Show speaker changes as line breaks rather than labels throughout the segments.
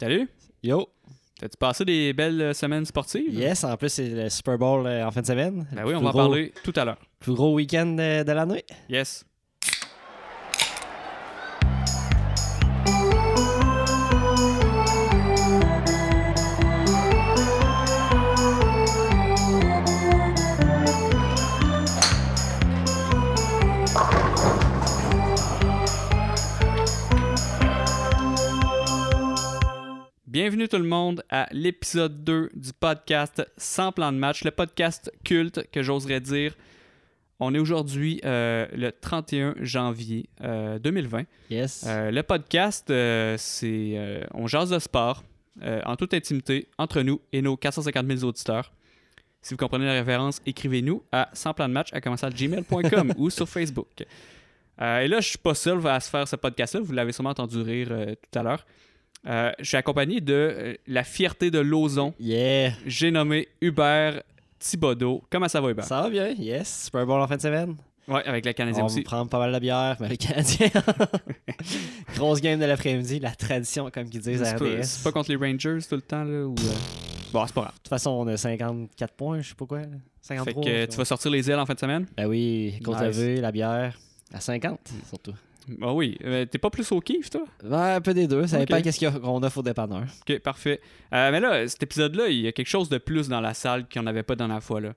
Salut!
Yo!
T'as-tu passé des belles euh, semaines sportives?
Yes, en plus, c'est le Super Bowl euh, en fin de semaine.
Ben
Le
oui, on
plus
va en
gros-
parler tout à l'heure.
Plus gros week-end de, de l'année.
Yes. Bienvenue tout le monde à l'épisode 2 du podcast Sans plan de match, le podcast culte que j'oserais dire on est aujourd'hui euh, le 31 janvier euh, 2020.
Yes.
Euh, le podcast, euh, c'est euh, On jase de sport euh, en toute intimité entre nous et nos 450 000 auditeurs. Si vous comprenez la référence, écrivez-nous à sans plan de match à commencer à gmail.com ou sur Facebook. Euh, et là, je suis pas seul à se faire ce podcast-là. Vous l'avez sûrement entendu rire euh, tout à l'heure. Euh, je suis accompagné de euh, la fierté de Lozon.
yeah.
J'ai nommé Hubert Thibodeau. Comment ça va, Hubert?
Ça va bien, yes. Super Bowl en fin de semaine.
Ouais, avec la Canadienne
on va
aussi.
prendre pas mal de bière, mais le Canadien. Grosse game de l'après-midi, la tradition, comme qu'ils disent à
C'est pas,
RDS.
c'est pas contre les Rangers tout le temps, là? Ou, euh, Bon, c'est pas grave.
De toute façon, on a 54 points, je sais pas quoi. là. 53.
Fait que euh,
je
tu
sais
vas sortir les ailes en fin de semaine?
pas. Ben oui, côte
Nice.
levée, la bière. À 50, surtout.
Ah oui. Euh, T'es pas plus au kiff, toi?
Ben, un peu des deux. Ça
Ok.
dépend qu'est-ce qu'il y a- qu'on offre au dépanneur.
Ok, parfait. Euh, mais là, cet épisode-là, il y a quelque chose de plus dans la salle qu'on n'avait pas dans la fois, là.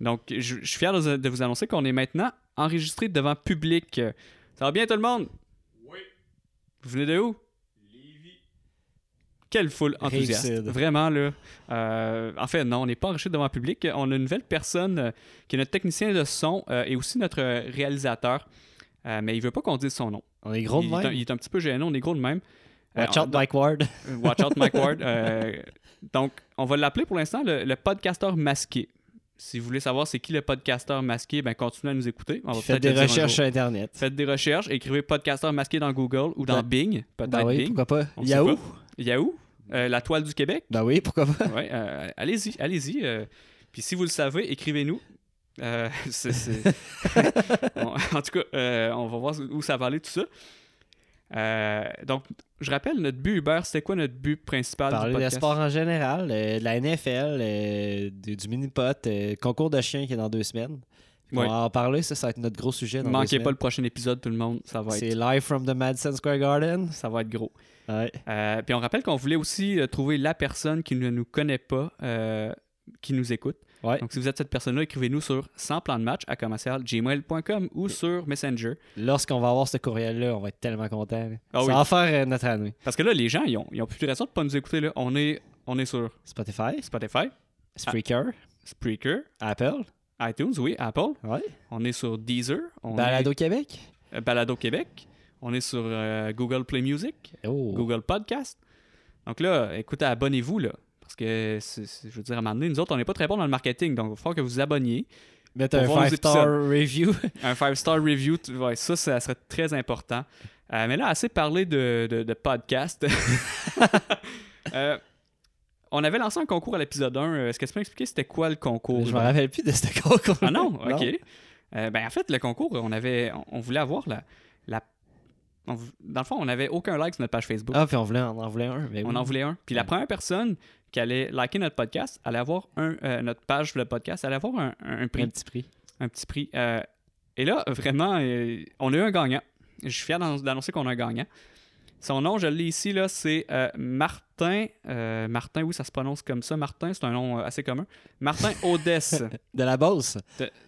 Donc, je, je suis fier de, de vous annoncer qu'on est maintenant enregistré devant public. Euh, Ça va bien, tout le monde? Oui. Vous venez de où? Quelle foule enthousiaste.
Rive-Sud.
Vraiment, là. Euh, en fait, non, on n'est pas enregistré devant public. On a une nouvelle personne euh, qui est notre technicien de son euh, et aussi notre euh, réalisateur. Euh, mais il veut pas qu'on dise son nom.
On est gros de
il, est un,
même.
il est un petit peu gênant, on est gros de même. Euh,
Watch
on-
out, Mike Ward.
Watch out Mike Ward. Euh, donc, on va l'appeler pour l'instant le, le podcasteur masqué. Si vous voulez savoir c'est qui le podcasteur masqué, ben continuez à nous écouter. On va
Faites
peut-être le dire un
des recherches sur
jour.
Internet.
Faites des recherches. Écrivez podcasteur masqué dans Google ou dans
Ben-
Bing. Peut-être
Ben oui,
Bing.
pourquoi pas.
On sait
Yahoo?
pas. Yahoo. Euh, la toile du Québec.
Ben oui, pourquoi pas.
Ouais, euh, allez-y, allez-y. euh, Puis si vous le savez, écrivez-nous. Euh, c'est- c'est- Bon, en tout cas, euh, on va voir où ça va aller tout ça. Euh, donc, je rappelle notre but, Hubert, c'était quoi notre but principal du
Parler de
podcast?
sport en général, euh, de la NFL, euh, du, du mini-pot, euh, concours de chiens qui est dans deux semaines.
Ouais.
On va en parler, ça, ça va être notre gros sujet dans
Manquez
deux
pas
semaines.
le prochain épisode, tout le monde. Ça va
C'est
être,
live from the Madison Square Garden.
ça va être gros.
Ouais.
Euh, puis on rappelle qu'on voulait aussi euh, trouver la personne qui ne nous connaît pas, euh, qui nous écoute.
Ouais.
Donc si vous êtes cette personne-là, écrivez-nous sur sans plan de match à commercial gmail.com ou sur Messenger.
Lorsqu'on va avoir ce courriel-là, on va être tellement content. là.
Ah
ça
oui.
va faire euh, notre année.
Parce que là, les gens, ils ont, ils ont plus de raison de pas nous écouter. Là. On, est, on est sur
Spotify,
Spotify,
Spreaker,
Spreaker,
Apple,
iTunes, oui, Apple.
ouais.
On est sur Deezer. On
Balado Québec.
est- euh, Balado Québec. On est sur euh, Google Play Music,
Oh.
Google Podcast. Donc là, écoutez, abonnez-vous. là. Parce que, c'est- c'est- je veux dire, à un moment donné, nous autres, on n'est pas très bons dans le marketing. Donc, il va falloir que vous vous abonniez.
Mettre
Pour
un
voir nos
5-star review.
Un five-star review, tu- ouais, ça, ça serait très important. Euh, mais là, assez parlé de, de- de podcast. Euh, on avait lancé un concours à l'épisode 1. Euh, Est-ce que tu peux m'expliquer c'était quoi le concours?
Je me rappelle plus de ce concours.
Ah non? OK. Euh, ben, en fait, le concours, on avait, on, on voulait avoir la... la on vou- dans le fond, on n'avait aucun like sur notre page Facebook.
Ah, puis on, voulait, on en voulait un. mais
on
oui.
en voulait un. Puis la
Ouais.
première personne qui allait liker notre podcast allait avoir un, euh, notre page pour le podcast, allait avoir un, un- un prix
un petit prix.
un petit prix. Euh, et là, vraiment, euh, on a eu un gagnant. Je suis fier d'annon- d'annoncer qu'on a un gagnant. Son nom, je l'ai ici, là, c'est euh, Martin. euh, Martin, oui, ça se prononce comme ça. Martin, c'est un nom euh, assez commun. Martin Odess.
De la Beauce.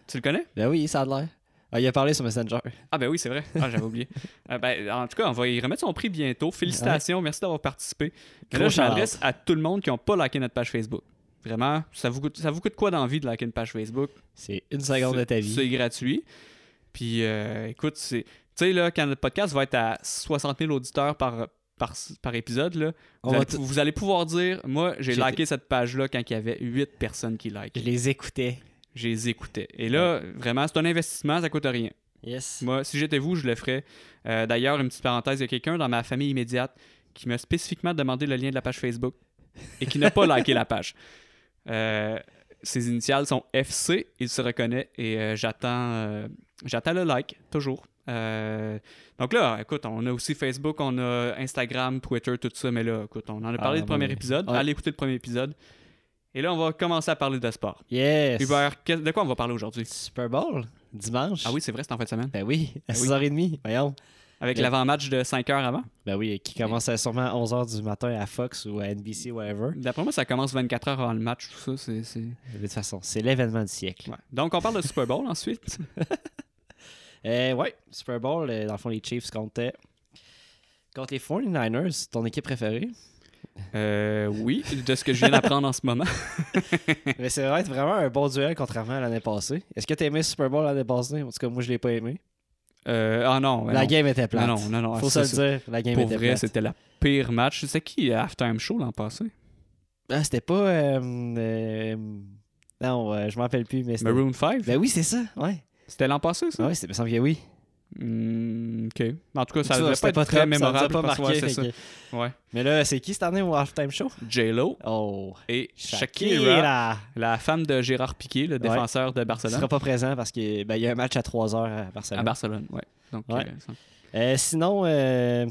tu le connais?
Ben oui, ça a de l'air. Ah, il a parlé sur Messenger.
Ah ben oui, c'est vrai. Ah, j'avais oublié. Euh, ben, en tout cas, on va y remettre son prix bientôt. Félicitations, merci d'avoir participé. Mais
Gros
là, je
shout-out.
m'adresse à tout le monde qui n'a pas liké notre page Facebook. Vraiment, ça vous coûte, ça vous coûte quoi d'envie de liker une page Facebook?
C'est une seconde
C'est-
de ta vie.
C'est gratuit. Puis euh, écoute, c'est. Tu sais, là, quand notre podcast va être à 60 000 auditeurs par, par, par épisode, là,
On
vous,
va
allez,
t-
pou- vous allez pouvoir dire Moi, j'ai
J'étais-
liké cette page-là quand il y avait 8 personnes qui
Je
likaient.
les écoutais.
Je les écoutais. Et là, vraiment, c'est un investissement, ça coûte rien.
Yes.
Moi, si j'étais vous, je le ferais. Euh, D'ailleurs, une petite parenthèse il y a quelqu'un dans ma famille immédiate qui m'a spécifiquement demandé le lien de la page Facebook et qui n'a pas liké la page. Euh, ses initiales sont FC, il se reconnaît et euh, j'attends euh, j'attends le like, toujours. Euh, donc là, écoute, on a aussi Facebook, on a Instagram, Twitter, tout ça, mais là, écoute, on en a parlé
Ah,
du premier
oui.
épisode.
Ouais.
Allez écouter le premier épisode. Et là, on va commencer à parler de sport.
Yes.
Hubert, qu'est- de quoi on va parler aujourd'hui?
Super Bowl, dimanche.
Ah oui, c'est vrai, c'est en fin de semaine.
Ben oui, à
Ben oui.
6h30, voyons.
Avec
Le-
l'avant-match de 5 heures avant.
Ben oui, qui commence à sûrement à 11h du matin à Fox ou à NBC, whatever.
D'après moi, ça commence 24 heures avant le match, tout ça. c'est- c'est-
De toute façon, c'est l'événement du siècle.
Ouais. Donc, on parle de Super Bowl ensuite.
Euh, ouais, Super Bowl, euh, dans le fond, les Chiefs contre, euh, contre les 49ers, ton équipe préférée.
Euh, oui, de ce que je viens d'apprendre en ce moment.
Mais ça va être vraiment un bon duel, contrairement à l'année passée. Est-ce que t'as aimé Super Bowl l'année passée En tout cas, moi, je l'ai pas aimé.
Euh, ah non, mais
la
non.
game était plate.
Non, non, non, non,
Faut
ça,
se le dire, la game
Pour
était
vrai,
plate.
c'était la pire match. C'est qui à Halftime Show l'an passé?
Ah, c'était pas. euh, euh, non, euh, je m'en rappelle plus, mais c'était.
Maroon 5?
Ben oui, c'est ça, ouais.
C'était l'an passé, ça?
Ah ouais, c'est- il me semble que oui.
Hmm, OK. En tout cas, ça
Tu
ne
vois,
devait
c'était
pas être très
top, Ça
mémorable.
nous a pas
parce que,
marqué.
ouais, c'est
fait
ça. Ouais.
que- Mais là, c'est qui cette année au halftime show?
J-Lo
Oh,
et Shakira,
Shakira!
la femme de Gérard Piqué, le défenseur de
ne
Barcelone.
sera pas présent parce qu'il ben, il y a un match à 3h à
À
Barcelone.
Barcelone, ouais. Donc,
Ouais.
euh, ça-
Euh, sinon, euh,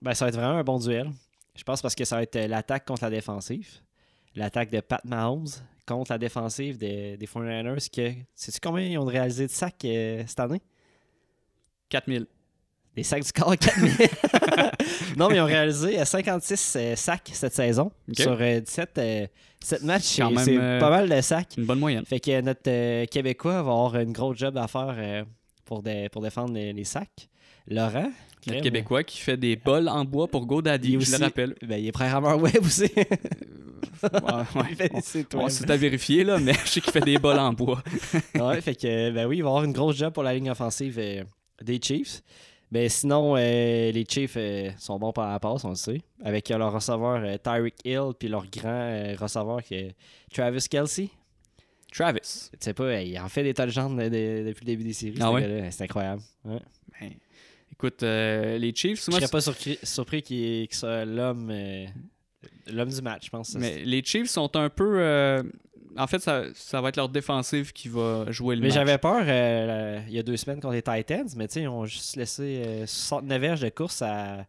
ben, ça va être vraiment un bon duel. Je pense parce que ça va être euh, l'attaque contre la défensive. L'attaque de Pat Mahomes contre la défensive des, des 49ers. Que, sais-tu combien ils ont réalisé de sacs euh, cette année?
4000.
Des sacs du corps 4000. non, mais ils ont réalisé euh, 56 euh, sacs cette saison
Ok.
sur euh, 17, euh, 17 matchs.
Quand
C'est,
même,
c'est
euh,
pas mal de sacs.
Une bonne moyenne.
Fait que notre euh, Québécois va avoir une grosse job à faire euh, pour, dé- pour défendre les, les sacs. Laurent,
Le
crème,
Québécois qui fait des bols en bois pour
Il
GoDaddy,
est
je
aussi-
le rappelle.
Ben, il est programmeur web aussi.
Ouais, ouais.
Ben, c'est
Bon,
toi.
c'est à vérifier, là, mais je sais qu'il fait des bols en bois.
Ouais, fait que, ben oui, il va avoir une grosse job pour la ligne offensive euh, des Chiefs. Ben sinon, euh, les Chiefs euh, sont bons par la passe, on le sait. Avec euh, leur receveur euh, Tyreek Hill, puis leur grand euh, receveur qui est Travis Kelsey.
Travis.
Tu sais pas, euh, il en fait des tas de jambes euh, de- depuis le début des séries.
Ah
ce
ouais?
gars-là. C'est incroyable. Ouais.
Ben, écoute, euh, les Chiefs,
Je
moi,
serais pas surcri- surpris qu'il qu'il soit l'homme euh, l'homme du match, je pense. Ça,
Mais les Chiefs sont un peu. euh, en fait, ça, ça va être leur défensive qui va jouer le
Mais
match.
j'avais peur euh, la- il y a deux semaines contre les Titans, mais tu sais, ils ont juste laissé euh, 69 verges de course à,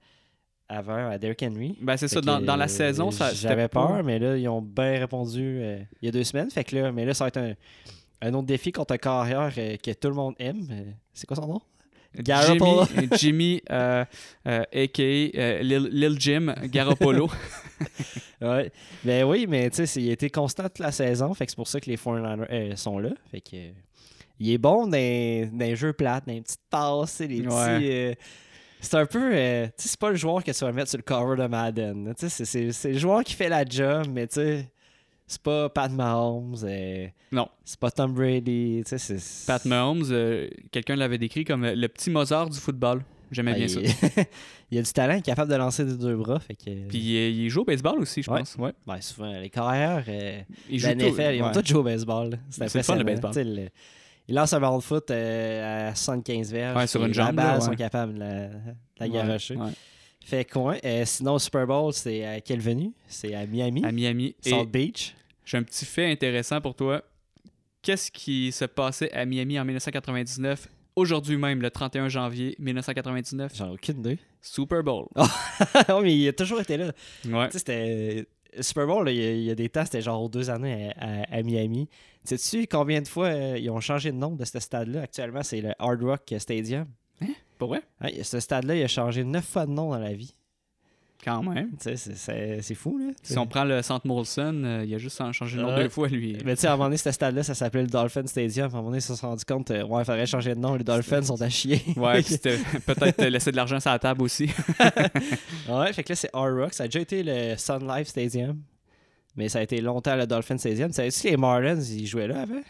à, vingt à Derrick Henry.
Ben, c'est ça,
Fait que,
dans, dans
euh,
la saison, ça. c'était
J'avais
pas-
peur, mais là, ils ont bien répondu euh, il y a deux semaines. Fait que là, mais là, ça va être un, un autre défi contre un carrière euh, que tout le monde aime. Euh, C'est quoi son nom? Garoppolo.
Jimmy, Jimmy euh, euh, a.k.a. euh, Lil, Lil Jim Garoppolo.
Ouais. Ben oui, mais tu sais, c'est- il a été constant toute la saison. Fait que c'est pour ça que les 49ers euh, sont là. Fait que euh, il est bon dans, les- dans les jeux plates, dans les petites passes, les petits.
Ouais.
euh, c'est un peu. euh, tu sais, c'est pas le joueur que tu vas mettre sur le cover de Madden. Tu sais, c'est- c'est c'est le joueur qui fait la job, mais tu sais, c'est pas Pat Mahomes. euh,
Non.
C'est pas Tom Brady. Tu sais, c'est.
Pat Mahomes, euh, quelqu'un l'avait décrit comme le petit Mozart du football. J'aimais
Ah,
bien
il-
ça.
il a du talent, il est capable de lancer des deux bras. Fait que.
Puis il, il joue au baseball aussi, je
Ouais.
pense. Ouais.
ben, souvent, les carrières. euh,
Il
La
tout-
NFL, ils ont
ouais.
tous joué au baseball. là. C'est
C'est le fun,
impressionnant.
le baseball.
Tu sais, le- ils lancent un ballon de foot euh, à 75 verges.
Ouais, sur
puis
une jambe,
La
là,
balle,
ouais.
sont capables de la, de la
Ouais,
garocher.
ouais.
Fait quoi? sinon, au Super Bowl, c'est à quelle venue? C'est à Miami,
À Miami. Et
Salt Beach.
j'ai un petit fait intéressant pour toi. Qu'est-ce qui se passait à Miami en 1999, aujourd'hui même, le 31 janvier 1999?
J'en ai aucune idée.
Super Bowl.
non, mais il a toujours été là.
Ouais.
Tu sais, c'était. le Super Bowl, là, il y a- il y, a des temps, c'était genre aux deux années à, à- à Miami. Sais-tu combien de fois euh, ils ont changé de nom de ce stade-là? Actuellement, c'est le Hard Rock Stadium.
Pour vrai?
Ouais, ce stade-là, il a changé neuf fois de nom dans la vie.
Quand même.
Tu sais, c'est- c'est c'est fou, là.
Si on prend le centre Molson, euh, il a juste en- changé le nom
Ouais.
deux fois, lui.
Mais tu sais, à un moment donné, ce stade-là, ça s'appelait le Dolphin Stadium. À un moment donné, ils se sont rendus compte, euh, ouais, il faudrait changer de nom, les Dolphins sont à chier.
Ouais, puis c'était peut-être euh, laisser de l'argent sur la table aussi.
ouais, fait que là, c'est R-Rock. Ça a déjà été le Sun Life Stadium. Mais ça a été longtemps le Dolphin Stadium. Tu sais, les Marlins, ils jouaient là avant?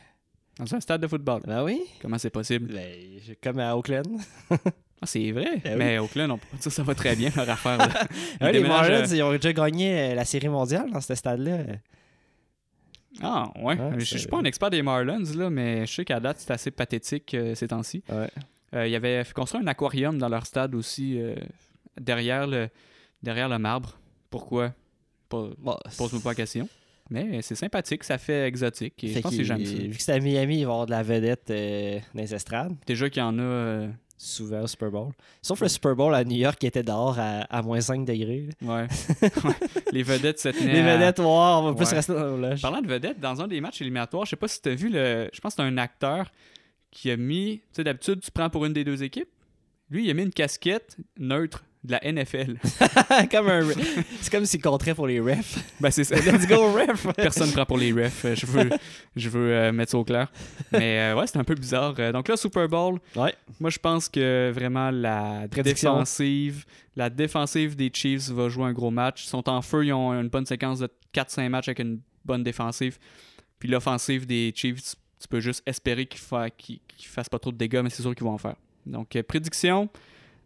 Dans un stade de football.
Ben oui.
Comment c'est possible?
Ben, comme à Oakland.
Ah, c'est vrai.
Ben oui.
Mais au Oakland, on peut pas dire que ça va très bien, leur affaire. là. Ils
Ouais, les
déménagent,
Marlins,
euh,
ils ont déjà gagné euh, la Série mondiale dans ce stade-là.
Ah, ouais.
Ouais,
je, je
c'est-
suis pas un expert des Marlins, là, mais je sais qu'à date, c'est assez pathétique euh, ces temps-ci.
Ouais.
Euh, ils avaient construit un aquarium dans leur stade aussi, euh, derrière, le, derrière le marbre. Pourquoi? Pas-
Bon,
Pose-moi pas la question. Mais c'est sympathique, ça fait exotique. Et je
fait
pense que
qu'il-
j'aime ça.
Vu que c'est à Miami, il va y avoir de la vedette euh, dans les estrades.
Déjà qu'il y en a euh,
souvent au Super Bowl. Sauf le Super Bowl à New York qui était dehors à, à moins 5 degrés.
Ouais. Les vedettes se tenaient.
Les
à-
vedettes, wow, on va plus
Ouais.
rester dans nos loges.
Parlant de vedettes, dans un des matchs éliminatoires, je sais pas si tu as vu le. Je pense que c'est un acteur qui a mis. Tu sais, d'habitude, tu prends pour une des deux équipes. Lui, il a mis une casquette neutre de la NFL.
comme un... C'est comme s'il compterait pour les refs.
ben, c'est ça.
Let's go, ref!
Personne prend pour les refs. euh, Je veux, je veux euh, mettre ça au clair. Mais euh, ouais, c'est un peu bizarre. Euh, Donc là, Super Bowl,
Ouais.
moi je pense que vraiment la
Prédiction.
défensive, la défensive des Chiefs va jouer un gros match. Ils sont en feu, ils ont une bonne séquence de 4-5 matchs avec une bonne défensive. Puis l'offensive des Chiefs, tu peux juste espérer qu'ils fa- qu'ils- qu'ils fassent pas trop de dégâts, mais c'est sûr qu'ils vont en faire. Donc euh, prédiction,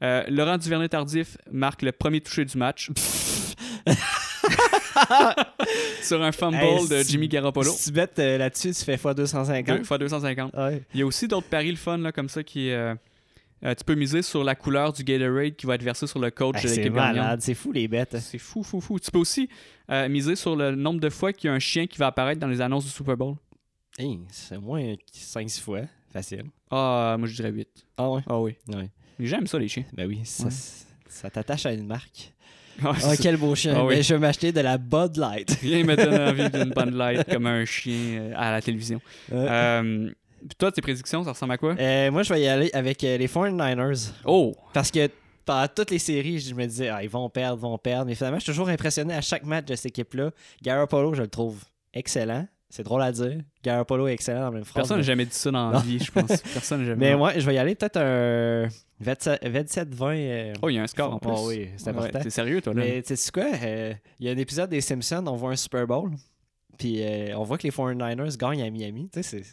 euh, Laurent Duvernay-Tardif marque le premier toucher du match. Sur un fumble
Hey,
de
si-
Jimmy Garoppolo.
Si tu bêtes euh, là-dessus, tu fais
Deux
x250.
fois 250.
Ouais.
Il y a aussi d'autres paris le fun là, comme ça qui euh, euh, tu peux miser sur la couleur du Gatorade qui va être versée sur le coach
Hey,
de
c'est
l'équipe gagnante.
malade, c'est fou les bêtes.
C'est fou, fou, fou. Tu peux aussi euh, miser sur le nombre de fois qu'il y a un chien qui va apparaître dans les annonces du Super Bowl.
Hey, c'est au moins 5-6 fois. Facile.
Ah, moi je dirais 8.
Ah ouais?
Ah oui.
Ouais.
J'aime ça les chiens.
Ben oui, ça,
Ouais.
c'est- ça t'attache à une marque.
Ah,
Oh,
c'est-
quel beau chien.
Ah oui.
Ben, je vais m'acheter de la Bud Light.
Rien me donne envie d'une bonne light comme un chien euh, à la télévision. Euh, puis toi, tes prédictions, ça ressemble à quoi?
Euh, moi, je vais y aller avec euh, les 49ers.
Oh!
Parce que pendant toutes les séries, je me disais, ah, ils vont perdre, vont perdre. Mais finalement, je suis toujours impressionné à chaque match de cette équipe-là. Garoppolo, je le trouve excellent. C'est drôle à dire. Garoppolo est excellent dans la même phrase.
Personne n'a jamais dit ça dans la vie, je pense. Personne n'a jamais.
oh, Mais moi, je vais y aller peut-être un 27 27-20. euh,
Oh, il y a un score en plus.
Ah oui, c'est
Ouais,
important.
T'es sérieux, toi, là?
Mais tu sais quoi? euh, Il y a un épisode des Simpsons, on voit un Super Bowl, puis euh, on voit que les 49ers gagnent à Miami. Tu sais, c'est... tu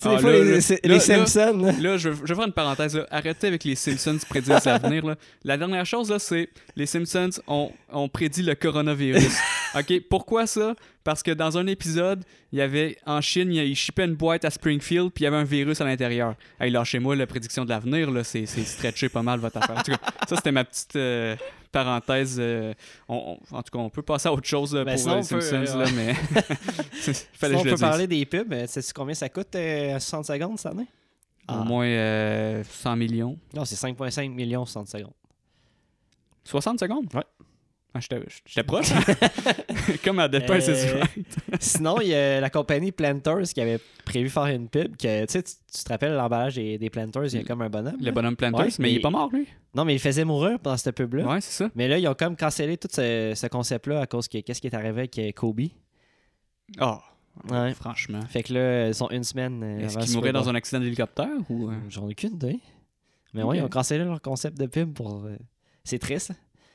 sais,
Ah,
des fois,
là,
les,
là,
c'est-
là,
les Simpsons... là.
Là, je, je vais faire une parenthèse. là. Arrêtez avec les Simpsons prédire l'avenir. là. La dernière chose, là, c'est les Simpsons ont, ont prédit le coronavirus. OK? Pourquoi ça? Parce que dans un épisode, il y avait en Chine, il y a- ils shippaient une boîte à Springfield puis il y avait un virus à l'intérieur. Hey, lâchez-moi la prédiction de l'avenir. là, C'est c'est stretché pas mal votre affaire. En tout cas, ça, c'était ma petite euh, parenthèse. euh, on- on- en tout cas, on peut passer à autre chose là,
Ben,
pour
sinon,
les
on peut,
Simpsons.
euh,
là, mais fallait que
Sinon,
je le
on peut
dise.
parler des pubs. mais Sais-tu combien ça coûte euh, 60 secondes cette année? Ah.
Au moins euh, 100 millions.
Non, c'est 5,5 millions 60 secondes.
60 secondes?
Ouais.
Ah, j'étais- j'étais proche. Comme à Dead Price is
Euh,
Right.
Sinon, il y a la compagnie Planters qui avait prévu faire une pub. Que, tu, sais, tu, tu te rappelles l'emballage des, des Planters, il y a
Le-
comme un bonhomme.
Le
là.
bonhomme Planters,
Ouais,
mais, il est
mais-
pas mort, lui.
Non, mais il faisait mourir dans cette pub-là.
Ouais, c'est ça.
Mais là, ils ont comme cancellé tout ce, ce concept-là à cause que qu'est-ce qui est arrivé avec euh, Kobe.
Ah,
Ouais.
franchement.
Fait que là, ils sont une semaine. euh,
Est-ce
avant
qu'il
le
mourait
Super
dans un accident d'hélicoptère ou. euh,
Bowl. J'en ai aucune idée. Mais
Ok.
ouais, ils ont cancellé leur concept de pub pour. euh, C'est triste.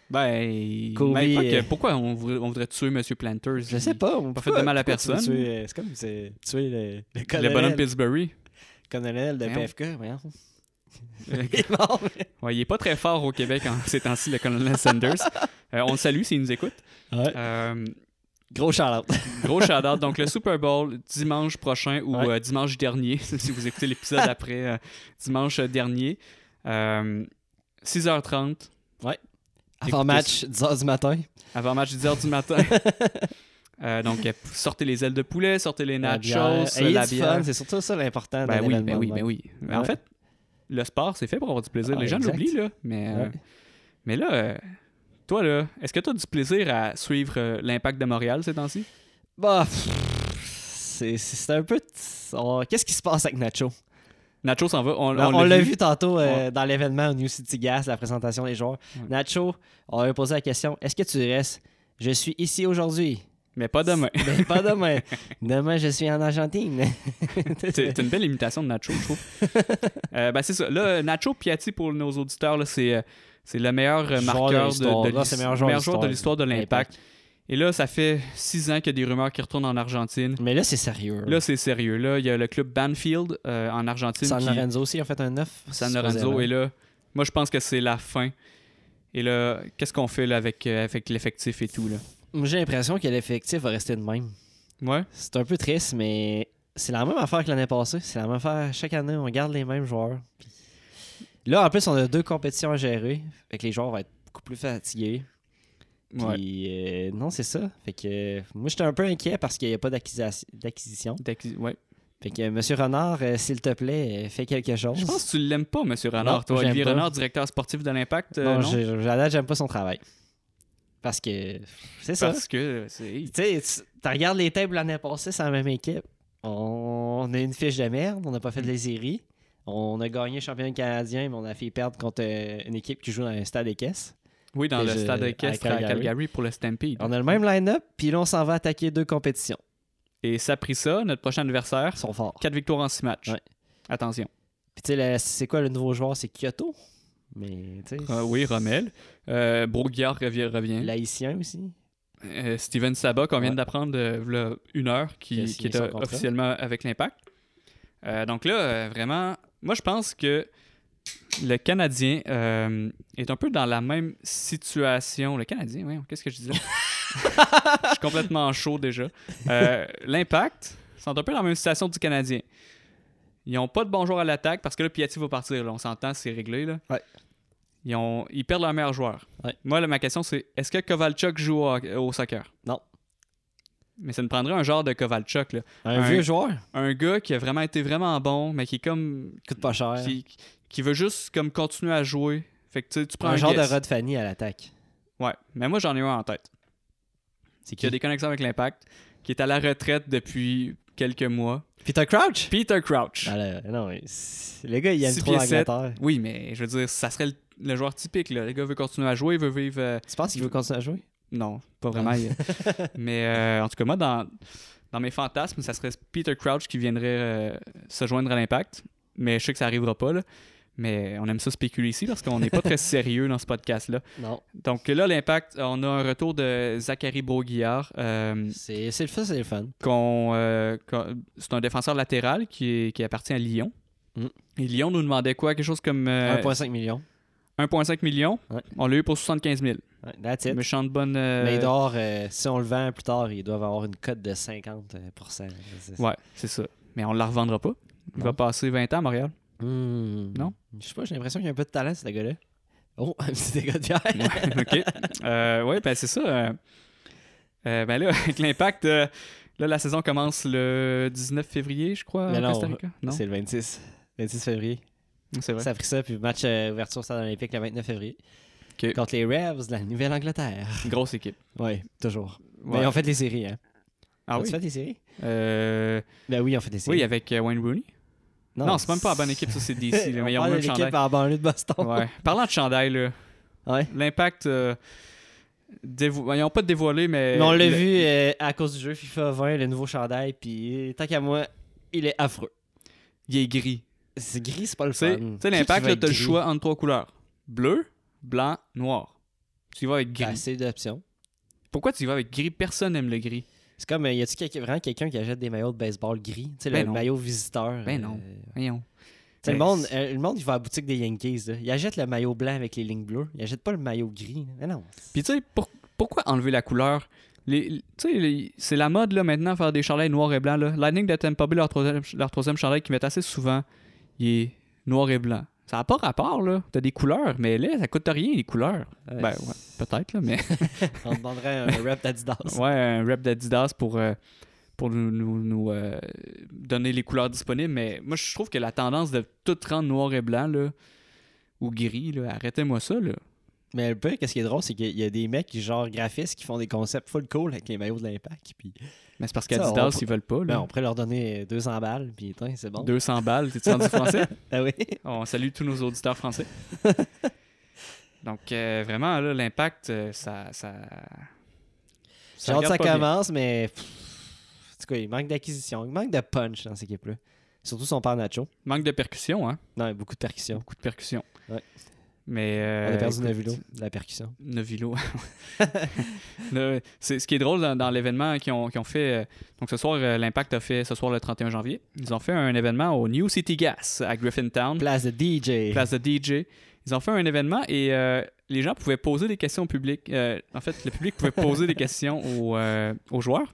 Ben.
Kobe,
mais pas que-
euh,
pourquoi on voudrait, on voudrait tuer Monsieur Planters
Je
il-
sais pas. euh,
pas fait de mal à personne.
C'est comme c'est- tuer le, le
Le
colonel,
bonhomme Pillsbury.
colonel de
Voyons.
PFK. voyons.
Euh,
Il est mort, mais-
ouais, il est pas très fort au Québec en ces temps-ci, le colonel Sanders. Euh, on le salue s'il nous écoute. Euh,
Gros shout
Gros shout Donc, le Super Bowl, dimanche prochain ou
Ouais.
euh, dimanche dernier, si vous écoutez l'épisode après, euh, dimanche dernier, euh, 6h30,
Avant
Écoutez
match, 10 h du matin.
avant match 10h du matin. Euh, donc, euh, sortez les ailes de poulet, sortez les nachos,
Ayez
euh, la
du
bière.
fun, c'est surtout ça l'important.
Ben
d'un
oui, ben
événement
oui,
de
ben
même.
oui. Mais En
Ouais.
fait, le sport, c'est fait pour avoir du plaisir.
Ah,
les gens
exact.
l'oublient, là. Mais, euh,
Ouais.
mais là, euh, toi, là, est-ce que tu as du plaisir à suivre euh, l'impact de Montréal ces temps-ci?
Bah, pff, c'est c'est un peu. on- Qu'est-ce qui se passe avec Nacho
Nacho s'en va. On,
Ben, On,
on
l'a vu, tantôt euh,
Ouais.
dans l'événement au New City Gas, la présentation des joueurs.
Ouais.
Nacho, on lui a posé la question est-ce que tu restes Je suis ici aujourd'hui.
Mais pas demain.
Ben, pas demain. demain, je suis en Argentine.
C'est c'est une belle imitation de Nacho, je trouve. Euh, ben, c'est ça. Là, euh, Nacho Piatti, pour nos auditeurs, là, c'est euh, c'est le meilleur euh,
Joueur de
marqueur de,
l'histoire.
de
Non, c'est le meilleur joueur de
de l'histoire de l'Impact.
Impact.
Et là, ça fait six ans qu'il y a des rumeurs qui retournent en Argentine.
Mais là, c'est sérieux.
Là, c'est sérieux. Là, il y a le club Banfield euh, en Argentine.
San
qui-
Lorenzo aussi a fait un 9.
San Lorenzo. Et là, moi, je pense que c'est la fin. Et là, qu'est-ce qu'on fait là, avec, euh, avec l'effectif et tout? Là?
J'ai l'impression que l'effectif va rester de même.
Ouais.
C'est un peu triste, mais c'est la même affaire que l'année passée. C'est la même affaire. Chaque année, on garde les mêmes joueurs. Puis Là, en plus, on a deux compétitions à gérer. Fait que les joueurs vont être beaucoup plus fatigués. Puis,
ouais.
euh, non, c'est ça. Fait que euh, moi, j'étais un peu inquiet parce qu'il n'y a pas d'acquisition. d'acquisition.
D'acquis- ouais.
Fait que, euh, Monsieur Renard, euh, s'il te plaît, euh, fais quelque chose.
Je pense que tu l'aimes pas, Monsieur Renard,
Non,
toi.
j'aime
Olivier
pas.
Renard, directeur sportif de l'Impact. euh,
non,
non,
je- je- à date, j'aime pas son travail. Parce que. C'est ça.
Parce que c'est.
Tu sais, tu tu regardes les tables l'année passée, c'est la même équipe. On a une fiche de merde, on n'a pas fait de les séries. On a gagné champion canadien, mais on a fait perdre contre euh, une équipe qui joue dans un stade équestre.
Oui, dans
Et
le
je-
stade
à
équestre à
Calgary.
Calgary pour le Stampede.
On a le même line-up, puis là, on s'en va attaquer deux compétitions.
Et ça a pris ça, notre prochain adversaire.
Ils sont forts.
Quatre victoires en six matchs.
Ouais.
Attention.
Puis tu sais, le- c'est quoi le nouveau joueur C'est Kyoto. Mais tu sais.
Euh, oui, Rommel. Euh, Broguillard revient. revient.
L'haïtien aussi.
Euh, Steven Saba, qu'on vient
Ouais.
d'apprendre euh, v'là une heure,
Qui
qui,
a
qui
signé
était
son contrat.
officiellement avec l'Impact. Euh, donc là, euh, vraiment, moi je pense que le Canadien euh, est un peu dans la même situation. Le Canadien, oui, qu'est-ce que je disais? je suis complètement chaud déjà. Euh, L'Impact sont un peu dans la même situation du Canadien. Ils n'ont pas de bon joueur à l'attaque parce que là, Piatti va partir. là. on s'entend, c'est réglé. Là.
Ouais.
Ils, ont, ils perdent leur meilleur joueur.
Ouais.
Moi, là, ma question, c'est est-ce que Kovalchuk joue au, au soccer?
Non.
Mais ça me prendrait un genre de Kovalchuk. là.
Un,
Un-
vieux joueur.
Un gars qui a vraiment été vraiment bon, mais qui est comme.
Coûte pas cher.
qui, qui veut juste comme continuer à jouer. Fait que tu sais, tu prends
un,
un,
genre
guess.
de Rod Fanny à l'attaque.
Ouais. Mais moi, j'en ai un en tête.
C'est
Qui
qui
a des connexions avec l'Impact, qui est à la retraite depuis quelques mois.
Peter Crouch
Peter Crouch.
Ah là, Non, mais c'est- le gars, il aime
Six
trop
pieds sept.
l'Angleterre.
Oui, mais je veux dire, ça serait le, le joueur typique. Là. Le gars veut continuer à jouer, il veut vivre. euh,
Tu penses qu'il veut continuer à jouer
Non, pas vraiment. il- mais euh, en tout cas, moi, dans, dans mes fantasmes, ça serait Peter Crouch qui viendrait euh, se joindre à l'impact. Mais je sais que ça arrivera pas. là. Mais on aime ça spéculer ici parce qu'on n'est pas très sérieux dans ce podcast-là.
Non.
Donc là, l'impact, on a un retour de Zachary Broguillard. euh,
C'est c'est le fun, c'est le fun.
qu'on, euh, qu'on- c'est un défenseur latéral qui, est- qui appartient à Lyon.
Mm.
Et Lyon nous demandait quoi Quelque chose comme euh,
1,5 million.
1,5 million.
Ouais.
On l'a eu pour 75 000.
Ouais, that's it.
Méchant de bonne. euh,
Mais il dort, euh, si on le vend plus tard, ils doivent avoir une cote de 50 euh, C'est-
Ouais, c'est ça. Mais on ne la revendra pas. Il
Non.
va passer 20 ans à Montréal.
Hmm.
Non?
Je sais pas, j'ai l'impression qu'il y a un peu de talent, ce gars-là. Oh, un petit dégât de bière.
Ouais, OK. Euh, ouais, ben c'est ça. euh, euh, ben là, avec l'impact, euh, là, la saison commence le 19 février, je crois,
Mais
au
non,
Costa Rica. Non,
C'est le 26. 26 février.
c'est vrai.
Ça a pris ça, puis match euh, ouverture au Stade olympique le 29 février.
OK.
Contre les Ravs de la Nouvelle-Angleterre.
Une grosse équipe.
Oui, toujours.
Ouais.
Mais on fait des séries, hein.
Ah
As-tu
oui?
fait des séries?
Euh,
Ben oui, on fait des séries.
oui, avec euh, Wayne Rooney. Non, c'est même pas la bonne équipe, ça, c'est DC. le
on
meilleur
parle de
même chandail.
l'équipe en banlieue de Boston.
Ouais. Parlant de chandail, là,
Ouais.
l'impact. euh, dévo- Ils n'ont pas dévoilé, mais.
Mais on l'a
le-
vu euh, à cause du jeu FIFA 20, le nouveau chandail, puis euh, tant qu'à moi, il est affreux.
Il est gris.
C'est gris, c'est pas le
Tu sais,
fun.
tu sais,
Qui qui
l'impact,
va
là,
être
t'as le
gris?
choix entre trois couleurs bleu, blanc, noir. Tu y vas avec gris.
Assez d'options.
Pourquoi tu y vas avec gris Personne n'aime le gris.
C'est comme, euh, y a-tu quelqu'un- vraiment quelqu'un qui achète des maillots de baseball gris? Tu sais,
Ben
le
non.
maillot visiteur.
Ben non.
euh, tu
Voyons.
sais, le,
Ben,
monde,
c'est-
euh, le monde, il va à la boutique des Yankees. Là. Il achète le maillot blanc avec les lignes bleues. Il achète pas le maillot gris. là. Mais non.
Puis tu sais, pour- pourquoi enlever la couleur Les- les- Tu sais, les- c'est la mode, là, maintenant, faire des chandails noirs et blancs. Là. Lightning de Tampa Bay, leur troisième, leur troisième chandail qu'ils mettent assez souvent, il est noir et blanc. Ça n'a pas rapport, là. T'as des couleurs, mais là, ça coûte rien, les couleurs.
Ouais,
Ben, ouais, peut-être, là, mais...
Euh, On demanderait un rap d'Adidas.
Ouais, un rep d'Adidas pour, euh, pour nous, nous- nous, euh, donner les couleurs disponibles. Mais moi, je trouve que la tendance de tout rendre noir et blanc, là, ou gris, là, arrêtez-moi ça, là.
Mais le pire, qu'est-ce qui est drôle, c'est qu'il y a des mecs, qui, genre graphistes, qui font des concepts full cool avec les maillots de l'impact. Puis,
Mais c'est parce
Ça, on
qu'Adidas,
pr-
ils veulent pas,
ben,
là.
on pourrait leur donner euh, 200 balles, puis tain, c'est bon.
200 balles, t'es-tu rendu français?
Ah oui?
On salue tous nos auditeurs français. Donc, euh, vraiment, là, l'impact, euh, ça... ça... ça
J'ai
regarde
hâte que ça
pas bien.
commence, mais. pff, en tout cas, il manque d'acquisition. Il manque de punch dans cette équipe-là. Surtout son père Nacho.
Manque de percussion, hein?
Non, il y a beaucoup de percussion.
Beaucoup de percussion.
Ouais.
Mais...
On
euh,
a perdu
écoute,
Navulo de la percussion.
Novilo. Le- c'est ce qui est drôle dans, dans l'événement qu'ils ont, qu'ils ont fait. euh, donc ce soir, euh, l'Impact a fait ce soir le 31 janvier. Ils ont fait un événement au New City Gas à Griffintown,
Place de DJ.
Hmm. place de DJ. Ils ont fait un événement et euh, les gens pouvaient poser des questions au public. Euh, en fait, le public pouvait poser des questions aux, euh, aux joueurs.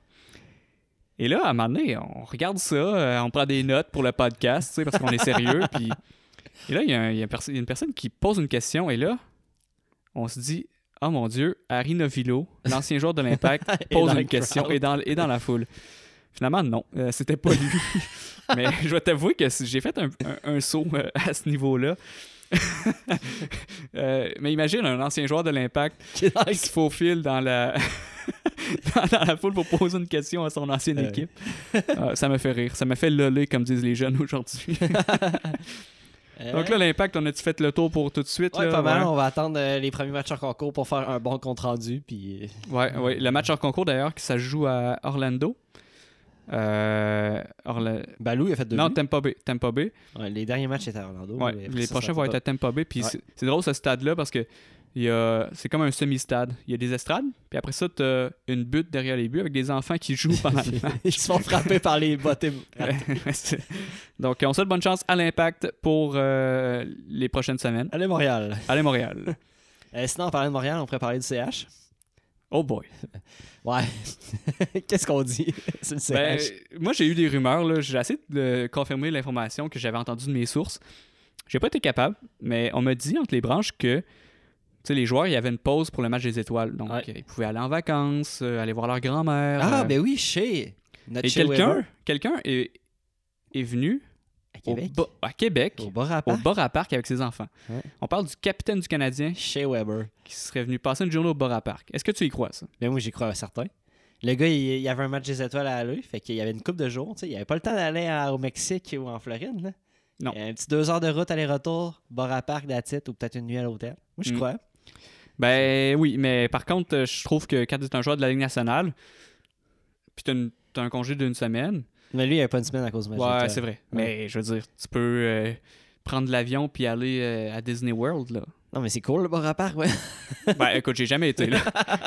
Et là, à un moment donné, on regarde ça, euh, on prend des notes pour le podcast, tu sais, parce qu'on est sérieux. puis- Et là, il y, a un- il y a une perso- il y a une personne qui pose une question, et là, on se dit Oh mon Dieu, Harry Novillo, l'ancien joueur de l'Impact,
Et
pose
dans le
une question
crowd.
et dans, et dans la foule. Finalement, non, euh, c'était pas lui. Mais je vais t'avouer que si- j'ai fait un, un- un saut euh, à ce niveau-là. Euh, mais imagine un ancien joueur de l'Impact qui se faufile dans la... dans, dans la foule pour poser une question à son ancienne
Euh.
équipe. Ah, ça me fait rire. Ça me fait loler, comme disent les jeunes aujourd'hui. Donc là, l'Impact, on a-tu fait le tour pour tout de suite?
Euh, Ouais,
là?
pas mal.
Ouais.
On va attendre euh, les premiers matchs en concours pour faire un bon compte rendu. Puis, euh,
Ouais, ouais. Le match hors concours, d'ailleurs, qui ça se joue à Orlando. Euh, Orla-
Balou, il a fait deux
Non,
buts.
Tampa Bay. Tampa Bay.
Ouais, les derniers matchs étaient à Orlando.
Ouais,
Oh, mais après
les
ça,
prochains
ça
vont
va
être à Tampa Bay. Puis
Ouais.
c'est- c'est drôle ce stade-là parce que il y a- c'est comme un semi-stade. Il y a des estrades, puis après ça, tu une butte derrière les buts avec des enfants qui jouent pendant le match.
Ils se font frapper par les bottes.
C'est- Donc, on souhaite bonne chance à l'impact pour euh, les prochaines semaines.
Allez, Montréal.
Allez, Montréal.
Euh, sinon, en parlant de Montréal, on pourrait parler du CH.
Oh boy.
Ouais. Qu'est-ce qu'on dit sur le
Ben,
CH?
moi, j'ai eu des rumeurs. là. J'ai essayé de confirmer l'information que j'avais entendue de mes sources. J'ai pas été capable, mais on m'a dit entre les branches que tu sais, les joueurs, il y avait une pause pour le match des étoiles. Donc,
Ouais.
euh, ils pouvaient aller en vacances, euh, aller voir leur grand-mère.
ah,
euh,
ben oui, chez. Notre
Et
Shea Weber,
quelqu'un quelqu'un est, est venu
à
au
Québec.
Bo- à Québec,
Au
au,
bar à Parc,
bar à parc avec ses enfants.
Ouais.
On parle du capitaine du Canadien
Chez Weber.
qui serait venu passer une journée au bar à parc. Est-ce que tu y crois, ça?
Ben moi, j'y crois certain. Le gars, il, il y avait un match des étoiles à aller, fait qu'il y avait une coupe de jours. tu sais, Il avait pas le temps d'aller à- au Mexique ou en Floride. Là.
Non.
Il y a un petit deux heures de route aller-retour, bar à parc, d'attitude ou peut-être une nuit à l'hôtel. Moi, je
Mm.
crois.
Ben oui, mais par contre, euh, je trouve que quand tu es un joueur de la Ligue nationale, puis tu as, un congé d'une semaine,
Mais lui, il n'y avait pas une semaine à cause du match des
ouais,
étoiles.
c'est vrai. Mais je veux dire, tu peux euh, prendre l'avion puis aller euh, à Disney World, là.
Non, mais c'est cool, le bar à parc, ouais.
Ben écoute, j'ai jamais été là.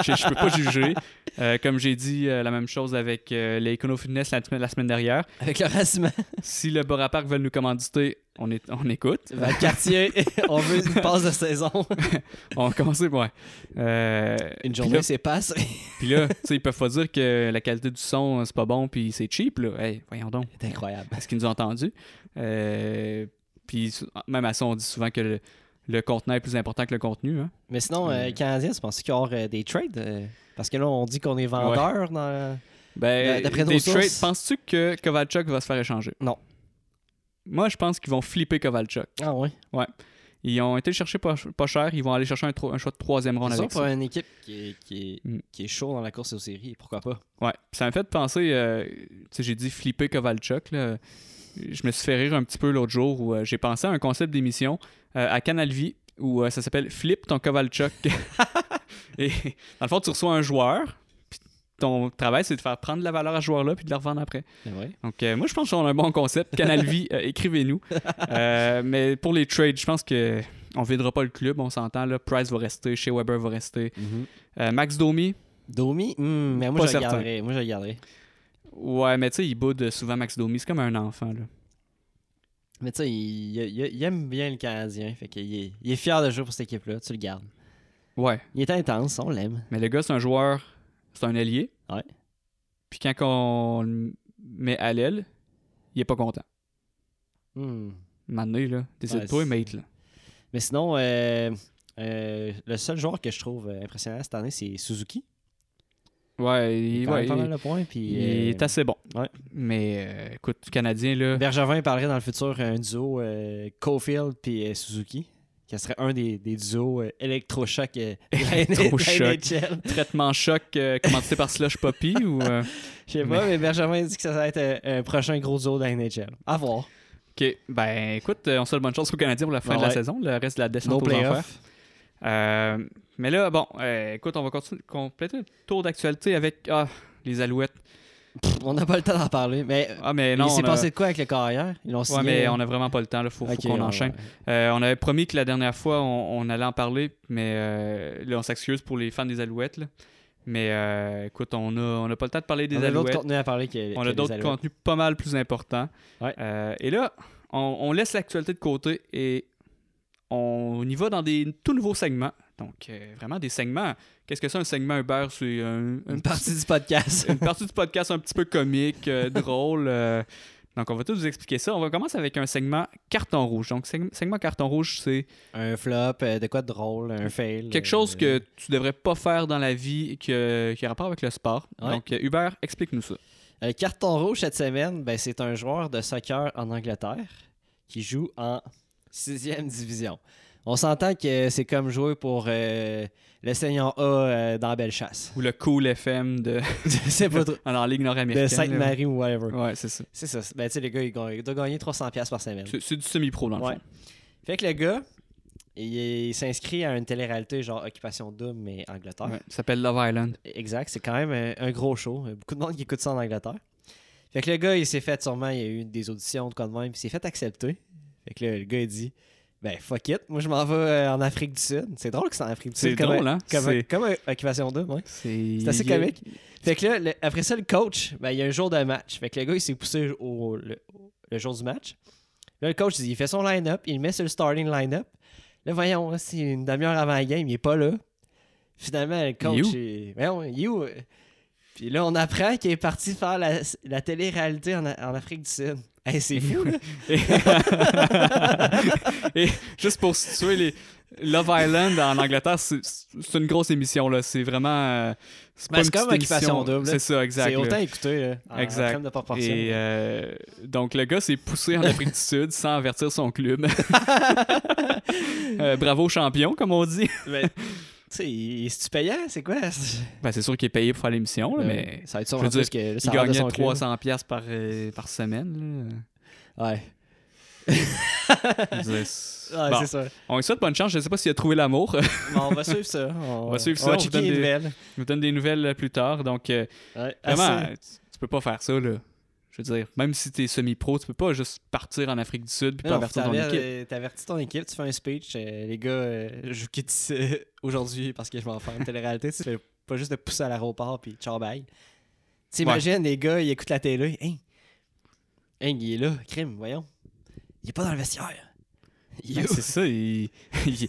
Je, je peux pas juger. Euh, comme j'ai dit euh, la même chose avec euh, les Econo Fitness la, la semaine dernière.
Avec le rassement.
Si le Bora Park veulent nous commanditer, on, est, on écoute.
Va le quartier, on veut une passe de saison.
On commence, ouais. Euh,
Une
puis
journée,
là-
c'est passe.
Puis là, tu sais, ils peuvent pas dire que la qualité du son, euh, c'est pas bon, puis c'est cheap, là. Hey, voyons donc.
C'est incroyable.
Est-ce qu'ils nous ont entendus? Euh, puis sou- même à ça, on dit souvent que le, le contenant est plus important que le contenu. hein.
Mais sinon, euh,
Ouais.
Canadiens, tu penses qu'il y aura euh, des trades? euh, parce que là, on dit qu'on est vendeur dans...
Ben,
Euh, d'après nos
des
sources-
trades, penses-tu que Kovalchuk va se faire échanger?
Non.
Moi, je pense qu'ils vont flipper Kovalchuk.
Ah ouais.
Ils ont été le chercher pas, pas cher, ils vont aller chercher un, tro- un choix de troisième ronde
C'est sûr
avec
pour
ça.
une équipe qui est, qui, est,
Mm.
qui est chaud dans la course aux séries, pourquoi pas?
Ouais. Puis ça m'a fait penser, euh, tu sais, j'ai dit flipper Kovalchuk. là. Je me suis fait rire un petit peu l'autre jour où euh, j'ai pensé à un concept d'émission euh, à Canal Vie où euh, ça s'appelle Flip ton Kovalchuk. Et dans le fond, tu reçois un joueur, puis ton travail, c'est de faire prendre de la valeur à ce joueur-là puis de le revendre après.
Ben
Donc, euh, moi, je pense qu'on a un bon concept. Canal Vie, euh, écrivez-nous. Euh, mais pour les trades, je pense que on videra pas le club, on s'entend. Là. Price va rester, Shea Weber va rester. Euh, Max Domi,
Domi, hmm, mais moi
Pas
je, le
certain.
garderais, moi je le garderais.
ouais, mais tu sais, il boude souvent Max Domi. C'est comme un enfant. Là.
Mais tu sais, il, il- il- il aime bien le Canadien, fait qu'il est, il est fier de jouer pour cette équipe-là, tu le gardes.
Ouais,
Il est intense, on l'aime.
mais le gars, c'est un joueur, c'est un allié.
Ouais.
Puis quand on le met à l'aile, il est pas content.
Hmm.
Mané, là, décide-toi,
Ouais, c'est-
mate. Là.
Mais sinon, euh, euh, le seul joueur que je trouve euh, impressionnant cette année, c'est Suzuki.
Ouais,
Il
il,
est
ouais,
pas
il-
mal le point. Puis,
il
euh,
est assez bon.
ouais. Ben.
Mais euh, écoute, le Canadien, là.
Bergevin parlerait dans le futur un duo euh, Caulfield puis euh, Suzuki, qui serait un des, des duos euh, électrochoc euh, de la
Électrochoc.
NHL.
traitement choc euh, commencé par Slush Poppy ou. euh,
Je sais pas, mais Benjamin dit que ça va être euh, un prochain gros duo dans la NHL. À voir.
Ok, ben écoute, euh, on souhaite bonne chance aux Canadiens pour la fin
Ah
de la
ouais.
saison, le reste de la descente
No
aux enfers.
playoff.
Euh, mais là, bon, euh, écoute, on va continuer, compléter le tour d'actualité avec ah, les Alouettes.
Pff, On n'a pas le temps d'en parler, mais euh,
Ah, mais non.
il s'est
on a-
passé de quoi avec le carrière Ils l'ont signé.
Ouais, mais on a vraiment pas le temps, là, faut, faut
Ok,
qu'on
on-
enchaîne. Euh, on avait promis que la dernière fois, on, on allait en parler, mais euh, là, on s'excuse pour les fans des Alouettes, là. Mais euh, écoute, on a, on a pas le temps de parler des
On a d'autres
Alouettes.
contenus à parler que.
On
que
a
les
d'autres
Alouettes.
contenus pas mal plus importants.
Ouais.
Euh, et là, on, on laisse l'actualité de côté et on y va dans des tout nouveaux segments. Donc, euh, vraiment des segments. Qu'est-ce que c'est un segment Uber C'est un- un
Une partie du podcast.
une partie du podcast un petit peu comique, euh, drôle. euh, donc, on va tout vous expliquer ça. On va commencer avec un segment carton rouge. Donc, seg- segment carton rouge, c'est
un flop, euh, de quoi de drôle, un fail.
quelque
euh,
chose que tu devrais pas faire dans la vie et que- qui a rapport avec le sport.
Ouais.
Donc, euh, Hubert, explique-nous ça.
Euh, carton rouge cette semaine, ben, c'est un joueur de soccer en Angleterre qui joue en sixième division. On s'entend que c'est comme jouer pour euh, le Seigneur A euh, dans Bellechasse.
Ou le Cool FM de,
c'est pas trop.
en Ligue
De
nord-américaine. là.
Sainte-Marie ou whatever.
Ouais, c'est ça.
C'est ça. Ben, tu sais, le gars, il, gagne- il doit gagner 300$ par semaine.
C'est c'est du semi-pro dans le
Ouais.
fond.
Fait que le gars, il, est- il s'inscrit à une télé-réalité genre Occupation Double, mais Angleterre.
Ouais, Ça s'appelle Love Island.
Exact, c'est quand même un, un gros show. Beaucoup de monde qui écoute ça en Angleterre. Fait que le gars, il s'est fait sûrement, il y a eu des auditions, de quoi de même, puis il s'est fait accepter. Fait que là, le gars, il dit Ben, fuck it, moi je m'en vais euh, en Afrique du Sud. C'est drôle que c'est en Afrique du Sud.
C'est
comme
drôle,
un-
hein?
Comme, un-
C'est-
comme un Occupation 2, ouais.
C'est
C'est assez
il est-
comique. Fait que là, le- après ça, le coach, ben, il y a un jour de match. Fait que le gars, il s'est poussé au, le, le jour du match. Là, le coach, il fait son line-up, il le met sur le starting line-up. Là, voyons, hein, c'est une demi-heure avant la game, il est pas là. Finalement, le coach,
où?
il voyons, il est où? Puis là, on apprend qu'il est parti faire la, la télé-réalité en, en Afrique du Sud. Hey, c'est fou, là.
Et juste pour situer les Love Island en Angleterre, c'est c'est une grosse émission là. C'est vraiment. euh, c'est
Ben,
pas
c'est
une
comme
petite
Occupation
émission.
Double, là.
C'est ça, exact.
C'est
là.
autant écouté, là, en, en
Exact.
termes de proportion.
Et euh, donc le gars s'est poussé en Afrique du Sud sans avertir son club. Euh, bravo champion, comme on dit.
Mais, tu sais, il- il- c'est-tu payant? C'est quoi? Euh,
Ben, c'est sûr qu'il est payé pour faire l'émission, là, mais
ça va être
je
sûr
veux
en plus
dire,
que le
il
salaire de
gagnait
son club.
300 pièces par, euh, par semaine.
Ouais.
là. Je veux dire, c'est-
Ouais,
Bon,
c'est ça.
on lui souhaite bonne chance. Je sais pas s'il a trouvé l'amour.
Bon, on va suivre ça. On,
On va suivre ça,
On va
on vous
checker
donne
les
des-
nouvelles.
Je vous donne des nouvelles plus tard. Donc, euh,
Ouais,
Vraiment, euh,
assez.
tu tu peux pas faire ça, là. Je veux dire, même si t'es semi-pro, tu peux pas juste partir en Afrique du Sud puis pas
Non,
avertir ton
t'aver-
équipe.
euh, T'avertis ton équipe, tu fais un speech. euh, les gars, euh, je vous quitte ici, euh, aujourd'hui parce que je m'en fais une télé-réalité. tu fais pas juste de pousser à l'aéroport puis ciao bye. T'imagines, les gars, ils écoutent la télé. Hein, hein, il est là, crime, voyons. Il est pas dans le vestiaire. Il est
Ben,
où?
c'est ça, il- il-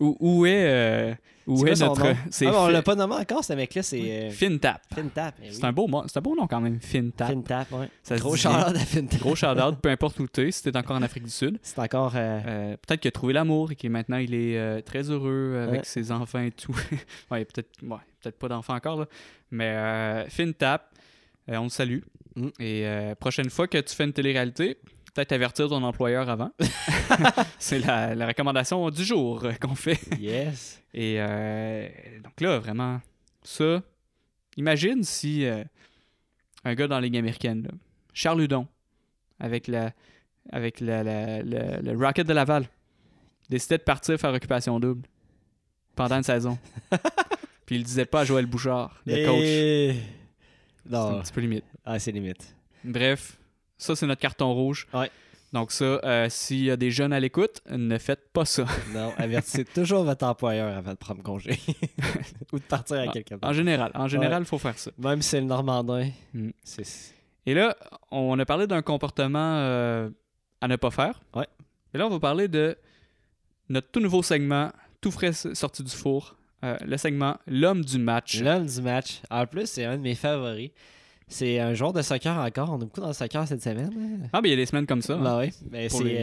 où, où est, euh, où
C'est
est,
quoi son nom?
notre... C'est
Ah, mais on
Fi-
l'a pas nommé encore, ce mec-là, c'est euh,
FinTap.
FinTap. eh oui.
C'est un, beau mo- c'est un beau nom quand même, FinTap.
FinTap, ouais.
Ça se
Gros
dit
chaleur de FinTap.
bien. Gros shout-out, peu importe où t'es, si t'es encore en Afrique du Sud.
C'est encore. euh,
Euh, peut-être qu'il a trouvé l'amour et qu'il maintenant il est euh, très heureux avec
Ouais.
ses enfants et tout. ouais, peut-être ouais, peut-être pas d'enfants encore là, mais euh, FinTap, euh, on le salue.
Mm.
Et euh, prochaine fois que tu fais une télé-réalité, peut-être avertir ton employeur avant. C'est la, la recommandation du jour euh, qu'on fait.
Yes.
Et euh, donc là, vraiment, ça. Imagine si euh, un gars dans la Ligue américaine, là, Charles Hudon, avec, la, avec la- la- la- le Rocket de Laval, décidait de partir faire occupation double pendant une saison. Puis il disait pas à Joël Bouchard, le coach.
Et-
C'est
Non,
un petit peu limite.
ah, c'est limite.
Bref, ça, c'est notre carton rouge.
Ouais.
Donc ça, euh, s'il y a des jeunes à l'écoute, ne faites pas ça.
Non, avertissez toujours votre employeur avant de prendre congé ou de partir à
Ah,
quelqu'un
En
d'autre.
général, en général, il faut faire ça.
Même si c'est le Normandin,
Mm.
c'est
Et là, on a parlé d'un comportement euh, à ne pas faire.
Ouais.
Et là, on va parler de notre tout nouveau segment, tout frais sorti du four, euh, le segment L'homme du match.
l'homme du match. En plus, c'est un de mes favoris. C'est un joueur de soccer encore. On est beaucoup dans le soccer cette semaine.
Ah, ben il y a des semaines comme ça. hein,
hein? Ben oui. Ben,
pour
c'est
les-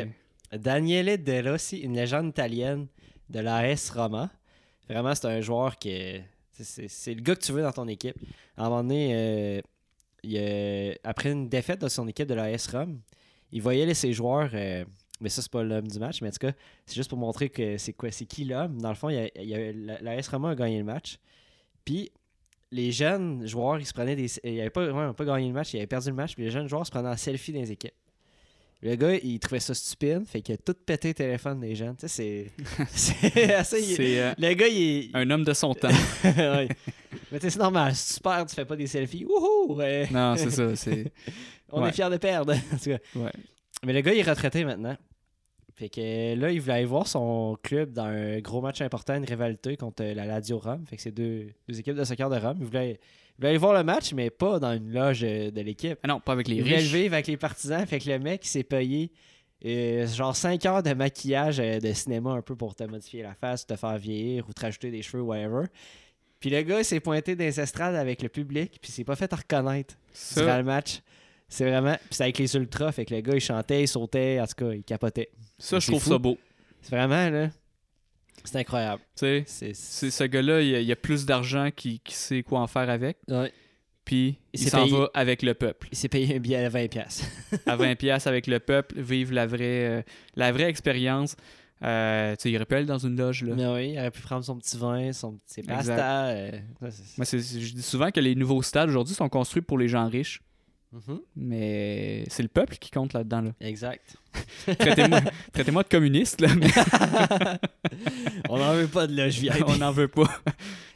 euh, Daniele De Rossi, une légende italienne de l'AS Roma. Vraiment, c'est un joueur qui est- c'est- C'est c'est le gars que tu veux dans ton équipe. À un moment donné, euh, il, euh, après une défaite de son équipe de l'AS Rome, il voyait les- ses joueurs. euh, mais ça, c'est pas l'homme du match. Mais en tout cas, c'est juste pour montrer que c'est quoi, c'est qui l'homme. Dans le fond, il y a- il y a- la- l'AS Roma a gagné le match. Puis les jeunes joueurs, ils se prenaient des. Ils n'avaient pas, ouais, pas gagné le match, ils avaient perdu le match. Puis les jeunes joueurs se prenaient en selfie dans les équipes. Le gars, il trouvait ça stupide. Fait qu'il a tout pété le téléphone des jeunes. Tu sais, c'est- c'est assez.
C'est euh,
Le gars, il est.
un homme de son temps.
Ouais. Mais tu sais, c'est normal. Si tu perds, tu fais pas des selfies. Wouhou! euh,
non, c'est ça. C'est...
on est
Ouais.
fiers de perdre. En tout cas.
Ouais.
Mais le gars, il est retraité maintenant. Fait que là, il voulait aller voir son club dans un gros match important, une rivalité contre euh, la Lazio Rome. Fait que c'est deux, deux équipes de soccer de Rome. Il voulait, il voulait aller voir le match, mais pas dans une loge euh, de l'équipe.
Ah non, pas avec les
Il voulait le
riches.
vivre avec les partisans. Fait que le mec, il s'est payé euh, genre 5 heures de maquillage euh, de cinéma un peu pour te modifier la face, te faire vieillir ou te rajouter des cheveux, whatever. Puis le gars, il s'est pointé dans les estrades avec le public, puis il s'est pas fait reconnaître
Ça,
durant le match. C'est vraiment. Puis c'est avec les ultras, fait que le gars, il chantait, il sautait, en tout cas, il capotait.
ça, je
c'est
trouve
fou.
ça beau.
C'est vraiment, là. C'est incroyable.
Tu sais,
C'est.
c'est- ce gars-là, il y a, il y a plus d'argent qui, qui sait quoi en faire avec.
Ouais.
Puis il
s'est
s'en
payé-
va avec le peuple.
Il s'est payé un billet à 20$. piastres.
à 20 pièces avec le peuple, vivre la vraie, euh, la vraie expérience. Euh, tu sais, il aurait pu aller dans une loge, là.
Mais oui, il aurait pu prendre son petit vin, son petit
Exact.
pasta. euh, ouais, c'est-
Moi, c'est- je dis souvent que les nouveaux stades aujourd'hui sont construits pour les gens riches,
Mhm.
mais c'est le peuple qui compte là-dedans. Là.
Exact.
Traitez-moi traitez-moi de communiste, là, mais
On n'en veut pas de loge VIP.
on n'en veut pas.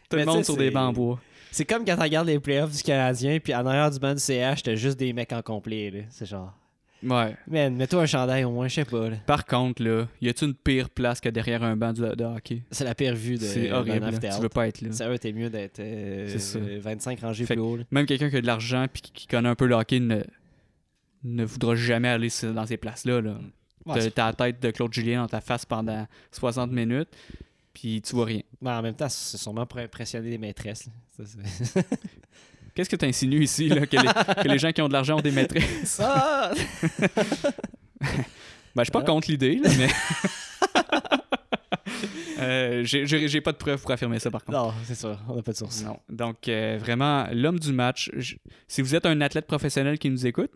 Tout le
Mais tu sais,
monde sur des
c'est-
bancs en bois.
C'est comme quand on regarde les playoffs du Canadien, puis en arrière du banc du CH, t'as juste des mecs en complet. là. C'est genre,
Ouais.
man, mets-toi un chandail au moins, je sais pas. là.
Par contre, là, y a-tu une pire place que derrière un banc de, de hockey?
C'est la pire vue de
C'est
d'un
horrible. là.
amphithéâtre.
Tu veux pas être là.
Sérieux, t'es mieux d'être euh,
C'est ça.
euh, 25 rangées
Fait
plus haut. là.
Même quelqu'un qui a de l'argent puis qui- qui connaît un peu le hockey ne, ne voudra jamais aller sur- dans ces places-là. là.
Ouais,
T'as
c'est-
t'as la tête de Claude Julien dans ta face pendant 60 minutes, puis tu vois rien.
mais en même temps, c'est sûrement pour impressionner les maîtresses. là. Ça, c'est-
Qu'est-ce que tu insinues ici, là, que, les, que les gens qui ont de l'argent ont des maîtresses?
Ah!
Ben, je suis pas contre l'idée, là, mais... Euh, j'ai- J'ai j'ai pas de preuves pour affirmer ça, par contre.
non, c'est ça, on n'a pas de source.
Non. Donc, euh, vraiment, l'homme du match, je- si vous êtes un athlète professionnel qui nous écoute,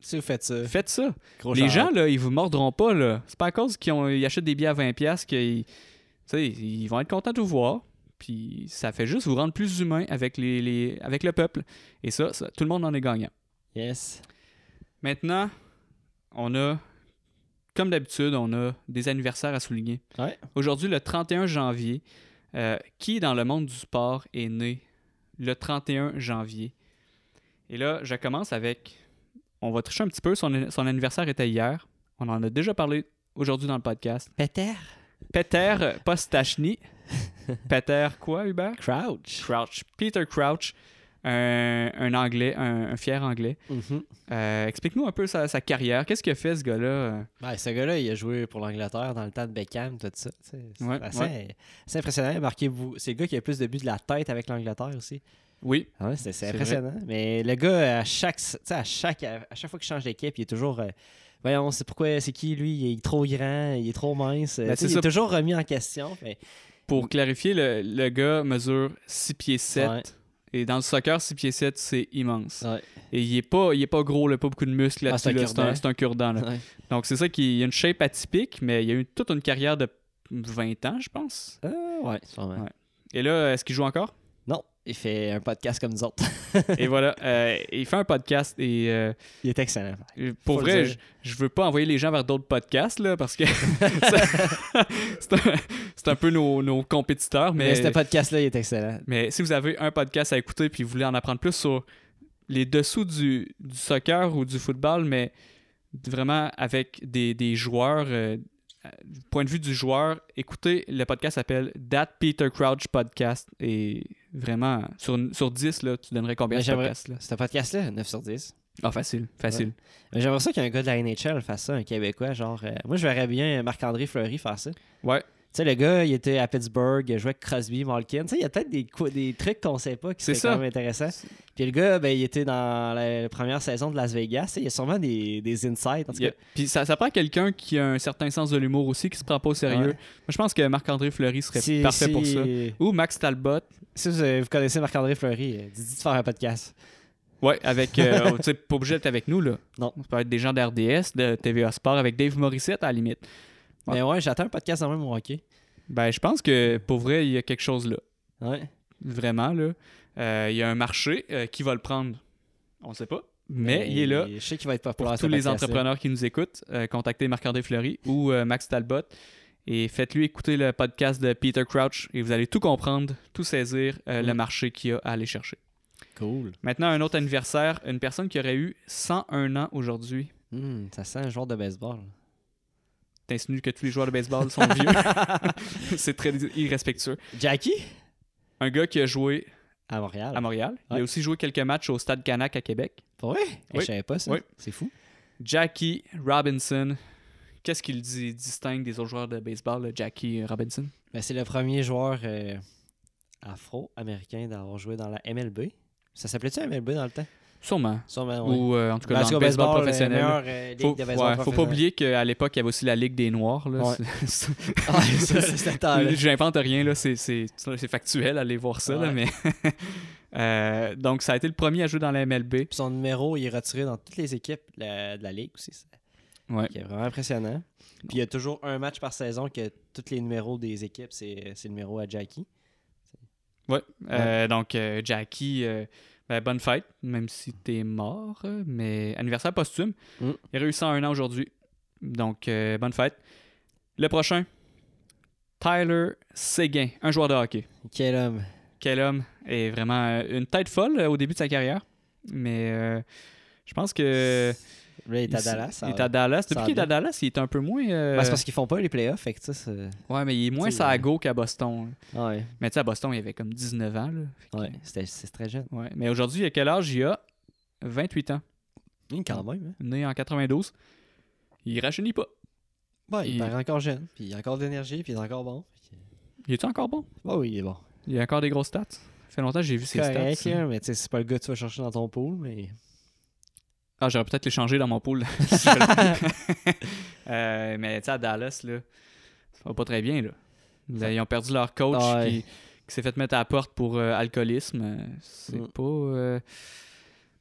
Si vous faites ça,
faites ça.
gros
les
shout-out.
gens, là, ils vous mordront pas, là. C'est pas à cause qu'ils ont- ils achètent des billets à 20$ qu'ils... tu sais, ils vont être contents de vous voir. Puis ça fait juste vous rendre plus humain avec, les, les- avec le peuple. Et ça, ça, tout le monde en est gagnant.
Yes.
Maintenant, on a, comme d'habitude, on a des anniversaires à souligner.
Ouais.
Aujourd'hui, le 31 janvier, euh, qui dans le monde du sport est né le 31 janvier? Et là, je commence avec... On va tricher un petit peu. Son, son anniversaire était hier. On en a déjà parlé aujourd'hui dans le podcast.
Peter
Peter Postachny. Peter quoi, Hubert?
Crouch.
Crouch. Peter Crouch, un, un Anglais, un- un fier Anglais.
Mhm.
Euh, Explique-nous un peu sa, sa carrière. Qu'est-ce qu'il a fait, ce gars-là? euh?
Ouais, Ben, ce gars-là, il a joué pour l'Angleterre dans le temps de Beckham, tout ça. tu sais. C'est
Ouais,
assez, assez impressionnant. Marquez vous C'est le gars qui a le plus de buts de la tête avec l'Angleterre aussi.
Oui,
Ah ouais, c'est- c'est
C'est
impressionnant. Mais le gars, à chaque, tu sais, à chaque, à chaque fois qu'il change d'équipe, il est toujours. euh, voyons, c'est pourquoi, c'est qui lui Il est trop grand, il est trop mince.
Ben,
Tu sais,
c'est
il
ça.
est toujours remis en question. mais-
pour clarifier, le, le gars mesure 6 pieds 7.
Ouais.
Et dans le soccer, 6 pieds 7, c'est immense.
Ouais.
Et il est pas, il est pas gros, il a pas beaucoup de muscles
Ah,
là-dessus.
c'est un
là. c'est un, c'est un cure-dent.
cure-dent.
là.
Ouais.
Donc c'est ça qu'il il a une shape atypique, mais il a eu toute une carrière de 20 ans, je pense.
Ah, ouais, sûrement.
Ouais. Et là, est-ce qu'il joue encore?
Non, il fait un podcast comme nous autres.
et voilà, euh, il fait un podcast et euh,
il est excellent.
pour
Faut le
vrai,
dire.
je, je veux pas envoyer les gens vers d'autres podcasts là, parce que ça- c'est un, c'est un peu nos, nos compétiteurs,
Mais,
mais
ce podcast-là, il est excellent.
Mais si vous avez un podcast à écouter puis vous voulez en apprendre plus sur les dessous du, du soccer ou du football, mais vraiment avec des, des joueurs, euh, euh, du point de vue du joueur, écoutez, le podcast s'appelle That Peter Crouch Podcast. Et vraiment, sur, sur 10, là, tu donnerais combien
Mais
à ce
Ben, j'aimerais-
podcast-là?
Ce podcast-là, 9 sur 10.
Ah, facile, facile.
Mais J'aimerais ça qu'un gars de la NHL fasse ça, un Québécois. Genre, euh, moi, je verrais bien Marc-André Fleury faire ça. Tu
Ouais.
sais, le gars, il était à Pittsburgh, il jouait avec Crosby, Malkin. Tu sais, il y a peut-être des, co- des trucs qu'on sait pas qui
C'est
seraient quand
ça.
même intéressants. Puis le gars, ben, il était dans la première saison de Las Vegas. Tu sais, Il y a sûrement des, des insights. En tout
Il y a-
cas,
Puis ça, ça prend quelqu'un qui a un certain sens de l'humour aussi, qui se prend pas au sérieux.
Ouais.
Moi, je pense que Marc-André Fleury serait
si-
parfait
si-
pour ça. Ou Max Talbot.
Si vous, euh, vous connaissez Marc-André Fleury, euh, dites-lui de faire un podcast.
Ouais, avec. Euh, tu sais, pas obligé d'être avec nous, là.
Non.
Ça peut être des gens d'RDS, de TVA Sport, avec Dave Morissette, à la limite. Ouais.
Mais ouais, j'attends un podcast dans même au hockey.
Ben, je pense que pour vrai, il y a quelque chose là.
Ouais.
Vraiment, là. Euh, il y a un marché. euh, qui va le prendre On sait pas. Mais il est là.
Je sais qu'il va être
Pour
populaire. ce
tous les
podcast-là.
entrepreneurs qui nous écoutent, euh, contactez Marc-André Fleury ou euh, Max Talbot et faites-lui écouter le podcast de Peter Crouch et vous allez tout comprendre, tout saisir euh, le
Mm.
marché qu'il y a à aller chercher.
Cool.
Maintenant, un autre anniversaire, une personne qui aurait eu 101 ans aujourd'hui.
Hmm, ça sent un joueur de baseball.
T'insinues que tous les joueurs de baseball sont vieux. c'est très irrespectueux.
Jackie
Un gars qui a joué
À Montréal.
à Montréal. Il
Ouais.
a aussi joué quelques matchs au Stade Canac à Québec.
Pour vrai? Eh,
Oui.
Je savais pas ça.
Oui.
C'est fou.
Jackie Robinson. Qu'est-ce qu'il dit- distingue des autres joueurs de baseball, le Jackie Robinson?
Ben, c'est le premier joueur euh, afro-américain d'avoir joué dans la MLB. Ça s'appelait-tu MLB dans le temps?
Sûrement.
Sûrement, ouais.
Ou euh, en tout cas,
Ben, en
dans
tout
le
cas,
baseball,
baseball, euh,
professionnel. là.
meilleure, euh, ligue
Faut,
de
ouais, faut
baseball
pas
professionnel.
oublier qu'à l'époque, il y avait aussi la Ligue des Noirs. là.
Ouais.
C'est-
Ah, ça, c'est cet temps-là.
J'invente rien, là, c'est, c'est, c'est factuel, allez voir ça. là,
Ouais.
mais Euh, donc, ça a été le premier à jouer dans la MLB.
Puis son numéro, il est retiré dans toutes les équipes la- de la ligue aussi. C'est
Ouais.
qui est vraiment impressionnant. Puis il y a toujours un match par saison que tous les numéros des équipes, c'est c'est le numéro à Jackie.
Ouais. Euh, donc, euh, Jackie, euh, ben, bonne fête, même si t'es mort, euh, mais anniversaire posthume.
Mm.
Il a réussi en un an aujourd'hui. Donc, euh, bonne fête. Le prochain, Tyler Seguin, un joueur de hockey.
Quel homme.
Quel homme est vraiment euh, une tête folle euh, au début de sa carrière, mais euh, je pense que.
Là, il est à Dallas. ça
Euh, Il est
va.
à Dallas.
ça
Depuis
va
qu'il est à
bien.
Dallas, il est un peu moins. euh,
Ben, c'est parce qu'ils font pas les playoffs, fait que ça, c'est.
Ouais, mais il est moins
Tu sais,
sago qu'à Boston.
Ouais,
Mais tu sais, à Boston, il avait comme 19 ans. là. Fait que-
ouais. c'était- C'est très jeune.
Ouais. Mais aujourd'hui, à quel âge il a 28 ans.
Quand même. hein.
Né en 92. Il rajeunit pas.
il,
Il-
paraît encore jeune. Puis il a encore de l'énergie, puis il est encore bon. Fait que-
Il est encore bon?
Ouais, oui, il est bon.
Il a encore des grosses stats. Ça fait longtemps que j'ai vu ses
C'est correct,
stats. hein.
là, mais tu sais, c'est pas le gars que tu vas chercher dans ton pool, mais.
Ah, j'aurais peut-être les changer dans mon pool. Euh, mais tu sais, à Dallas, là, ça va pas très bien. Là. Là, ils ont perdu leur coach
Ouais.
qui, qui s'est fait mettre à la porte pour euh, alcoolisme. Euh, C'est
Mm.
pas. euh,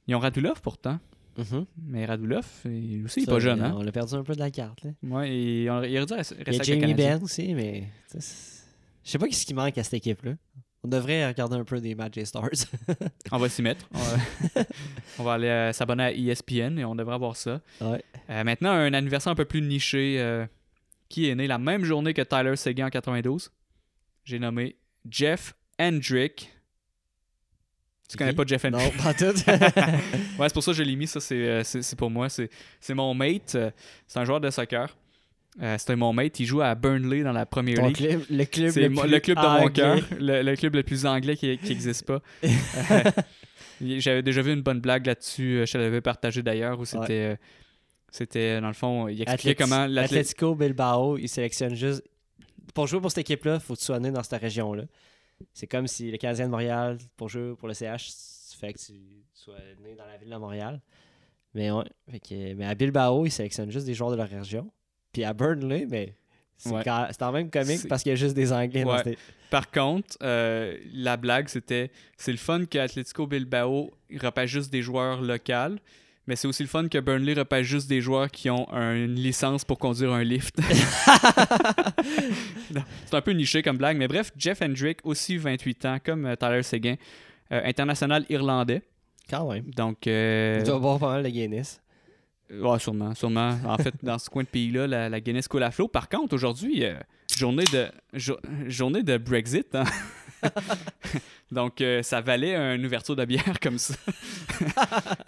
Ils ont Radulov pourtant.
Mm-hmm.
Mais Radulov, il aussi, il est
Ça,
pas jeune. Hein?
On l'a perdu un peu de la carte, là.
Ouais, et on- il aurait dû rester
Il y a
avec le
Jamie
Canadien.
Benn aussi, mais. tu sais, c'est- Je sais pas ce qui manque à cette équipe-là. On devrait regarder un peu des matchs des Stars.
On va s'y mettre. On va, on va aller euh, s'abonner à ESPN et on devrait avoir ça.
Ouais.
Euh, maintenant, un anniversaire un peu plus niché euh, qui est né la même journée que Tyler Seguin en 92. J'ai nommé Jeff Hendrick. Tu connais
Qui?
pas Jeff Hendrick?
non, pas tout.
Ouais, c'est pour ça que je l'ai mis. Ça, c'est, euh, c'est, c'est pour moi. C'est, c'est mon mate. Euh, C'est un joueur de soccer. Euh, c'était mon mate. Il joue à Burnley dans la Premier
Ton
League.
club- le club.
C'est mo-
plus
le club de mon
anglais.
cœur, le, le club le plus anglais qui n'existe pas. Euh, y- J'avais déjà vu une bonne blague là-dessus, euh, je te l'avais partagée d'ailleurs, où c'était, euh, c'était dans le fond, il expliquait
Atleti-
comment l'athlétisme.
Atletico Bilbao, ils sélectionnent juste. Pour jouer pour cette équipe-là, faut que tu sois né dans cette région-là. C'est comme si le Canadien de Montréal, pour jouer pour le CH, tu fais que tu sois né dans la ville de Montréal. Mais, ouais, fait que- mais à Bilbao, ils sélectionnent juste des joueurs de leur région. Puis à Burnley, mais c'est
Ouais.
quand, c'est quand même comique
C'est-
parce qu'il y a juste des Anglais dans
Ouais.
cette
Par contre, euh, la blague, c'était c'est le fun que Atletico Bilbao repêche juste des joueurs locaux, mais c'est aussi le fun que Burnley repêche juste des joueurs qui ont un- une licence pour conduire un lift. Non, c'est un peu niché comme blague, mais bref, Jeff Hendrick, aussi 28 ans, comme euh, Tyler Seguin, euh, international irlandais.
Quand même.
Donc, euh,
Tu vas boire pas mal de Guinness.
ouais, sûrement, sûrement. En fait, dans ce coin de pays-là, la, la Guinness coule à flot. Par contre, aujourd'hui, euh, journée de jour- journée de Brexit. hein. Donc, euh, ça valait une ouverture de bière comme ça.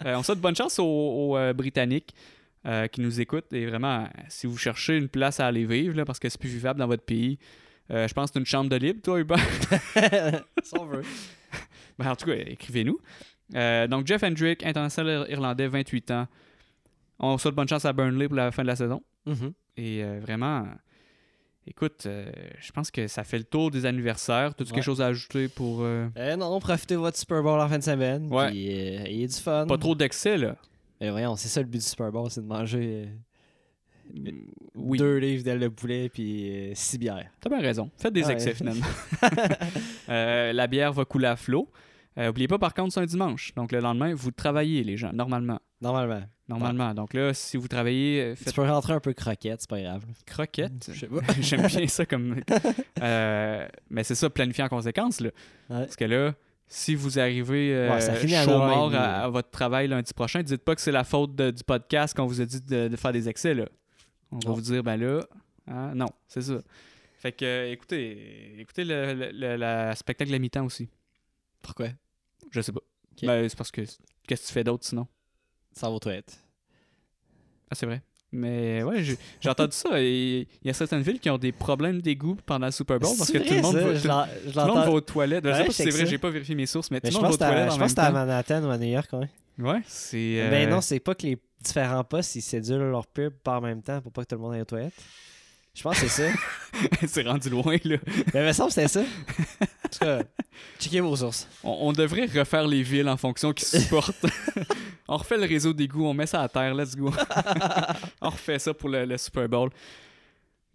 Euh, on souhaite bonne chance aux, aux, euh, Britanniques euh, qui nous écoutent. Et vraiment, euh, si vous cherchez une place à aller vivre, là, parce que c'est plus vivable dans votre pays, euh, je pense que c'est une chambre de libre, toi, Hubert.
si on veut.
Ben, en tout cas, écrivez-nous. Euh, donc, Jeff Hendrick, international irlandais, 28 ans. On souhaite bonne chance à Burnley pour la fin de la saison.
Mhm.
Et euh, vraiment, écoute, euh, je pense que ça fait le tour des anniversaires. T'as-tu
Ouais.
quelque chose à ajouter pour. euh,
Euh, non, profitez de votre Super Bowl en fin de semaine.
Ouais.
Puis euh, ayez du fun.
Pas trop d'excès, là.
Mais voyons, c'est ça le but du Super Bowl, c'est de manger euh,
Oui.
deux livres d'ailes de poulet puis euh, six bières.
T'as bien raison. Faites des
Ouais.
excès, finalement. Euh, la bière va couler à flot. Euh, oubliez pas, par contre, c'est un dimanche. Donc, le lendemain, vous travaillez, les gens, normalement.
Normalement.
Normalement. Donc, là, si vous travaillez, euh,
Tu
faites
peux rentrer un peu croquette, c'est pas grave.
croquette.
Je sais pas.
J'aime bien ça comme. Euh, mais c'est ça, planifier en conséquence. Là.
Ouais.
Parce que là, si vous arrivez euh,
Ouais, ça finit à
chaud
9h30,
mort à,
là.
à votre travail lundi prochain, dites pas que c'est la faute de- du podcast qu'on vous a dit de, de faire des excès. Là. On va
Non.
vous dire, ben là, hein, non, c'est ça. Fait que, euh, écoutez, écoutez le, le- le- la spectacle à mi-temps aussi.
Pourquoi?
Je sais pas. Ben, c'est parce que qu'est-ce que tu fais d'autre sinon?
Sans vos toilettes.
Ah, c'est vrai. Mais ouais, j'ai j'ai entendu ça. Et Il y a certaines villes qui ont des problèmes d'égout pendant le Super Bowl parce que tout le monde veut-
je l'en- je
Tout le monde va
l'entends.
aux toilettes. Ben, je sais
Ouais,
pas si
je
c'est
sais
vrai,
ça.
j'ai pas vérifié mes sources, mais,
Mais
tout
je
le monde va
pense
aux
que à-
toilettes
je
en même
pense que à
temps.
Manhattan ou à New York. Ouais.
Ouais, c'est... euh,
Ben non, c'est pas que les différents postes ils cédulent leur pub pas en même temps pour pas que tout le monde aille aux toilettes. Je pense que c'est ça.
c'est rendu loin, là.
Mais il me semble que c'était ça. En tout cas, checkez vos sources.
On, on devrait refaire les villes en fonction qui se supportent. On refait le réseau d'égout, on met ça à terre, let's go. on refait ça pour le, le Super Bowl.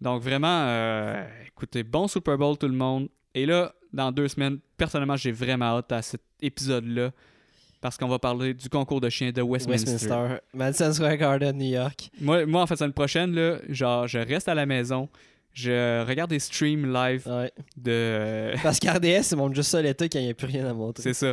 Donc vraiment, euh, écoutez, bon Super Bowl tout le monde. Et là, dans deux semaines, personnellement, j'ai vraiment hâte à cet épisode-là parce qu'on va parler du concours de chiens de Westminster.
Westminster, Madison Square Garden, New York.
Moi, moi, en fait, semaine prochaine, là, genre, je reste à la maison, je regarde des streams live
Ouais.
de...
Parce qu'RDS, ils montrent juste ça l'été quand il n'y a plus rien à montrer.
C'est ça.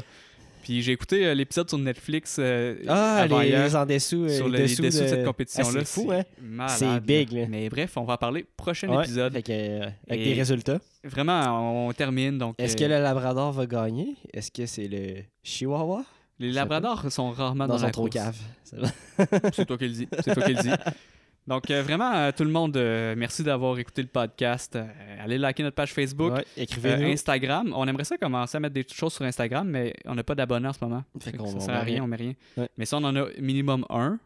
Puis j'ai écouté euh, l'épisode sur Netflix euh,
Ah, les,
avant-hier,
les en dessous. euh,
sur
les
le- les dessous, de cette
Ah,
compétition-là.
c'est fou, hein?
malade,
C'est big, là.
Mais bref, on va en parler prochain
Ouais,
épisode.
fait que, euh, avec
Et-
des résultats.
Vraiment, on termine. Donc,
Est-ce
euh,
que le Labrador va gagner? Est-ce que c'est le Chihuahua?
les Labradors sont rarement dans
Non, ils sont
Ah, la
trop
course.
caves. Ça va.
C'est toi qui le dis. C'est toi qui le dis. Donc, euh, vraiment, euh, tout le monde, euh, merci d'avoir écouté le podcast. Euh, allez liker notre page Facebook.
Ouais,
Euh,
Écrivez-nous.
Instagram, on aimerait ça commencer à mettre des choses sur Instagram, mais on n'a pas d'abonnés en ce moment.
Fait
Fait que
qu'on
ça
va-
sert à rien, on met rien.
Ouais.
Mais si on en a minimum un,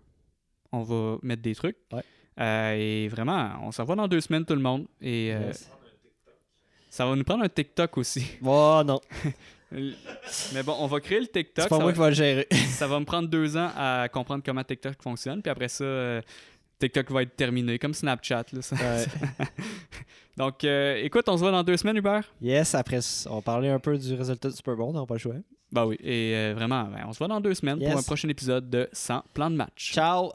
on va mettre des trucs.
Ouais.
Euh, et vraiment, on se revoit dans deux semaines, tout le monde. Et euh,
Yes.
ça va nous prendre un TikTok aussi.
Oh non,
mais bon, on va créer le TikTok.
c'est pas
ça, va,
moi qui vais le gérer.
ça va me prendre deux ans à comprendre comment TikTok fonctionne. Puis après ça, euh, TikTok va être terminé, comme Snapchat. là, ça.
Ouais.
Donc, euh, écoute, on se voit dans deux semaines, Hubert.
Yes, après, on parlait un peu du résultat du Super Bowl, on n'a pas le choix.
Bah oui, et euh, vraiment, ben, on se voit dans deux semaines
Yes.
pour un prochain épisode de 100 plans de match.
Ciao!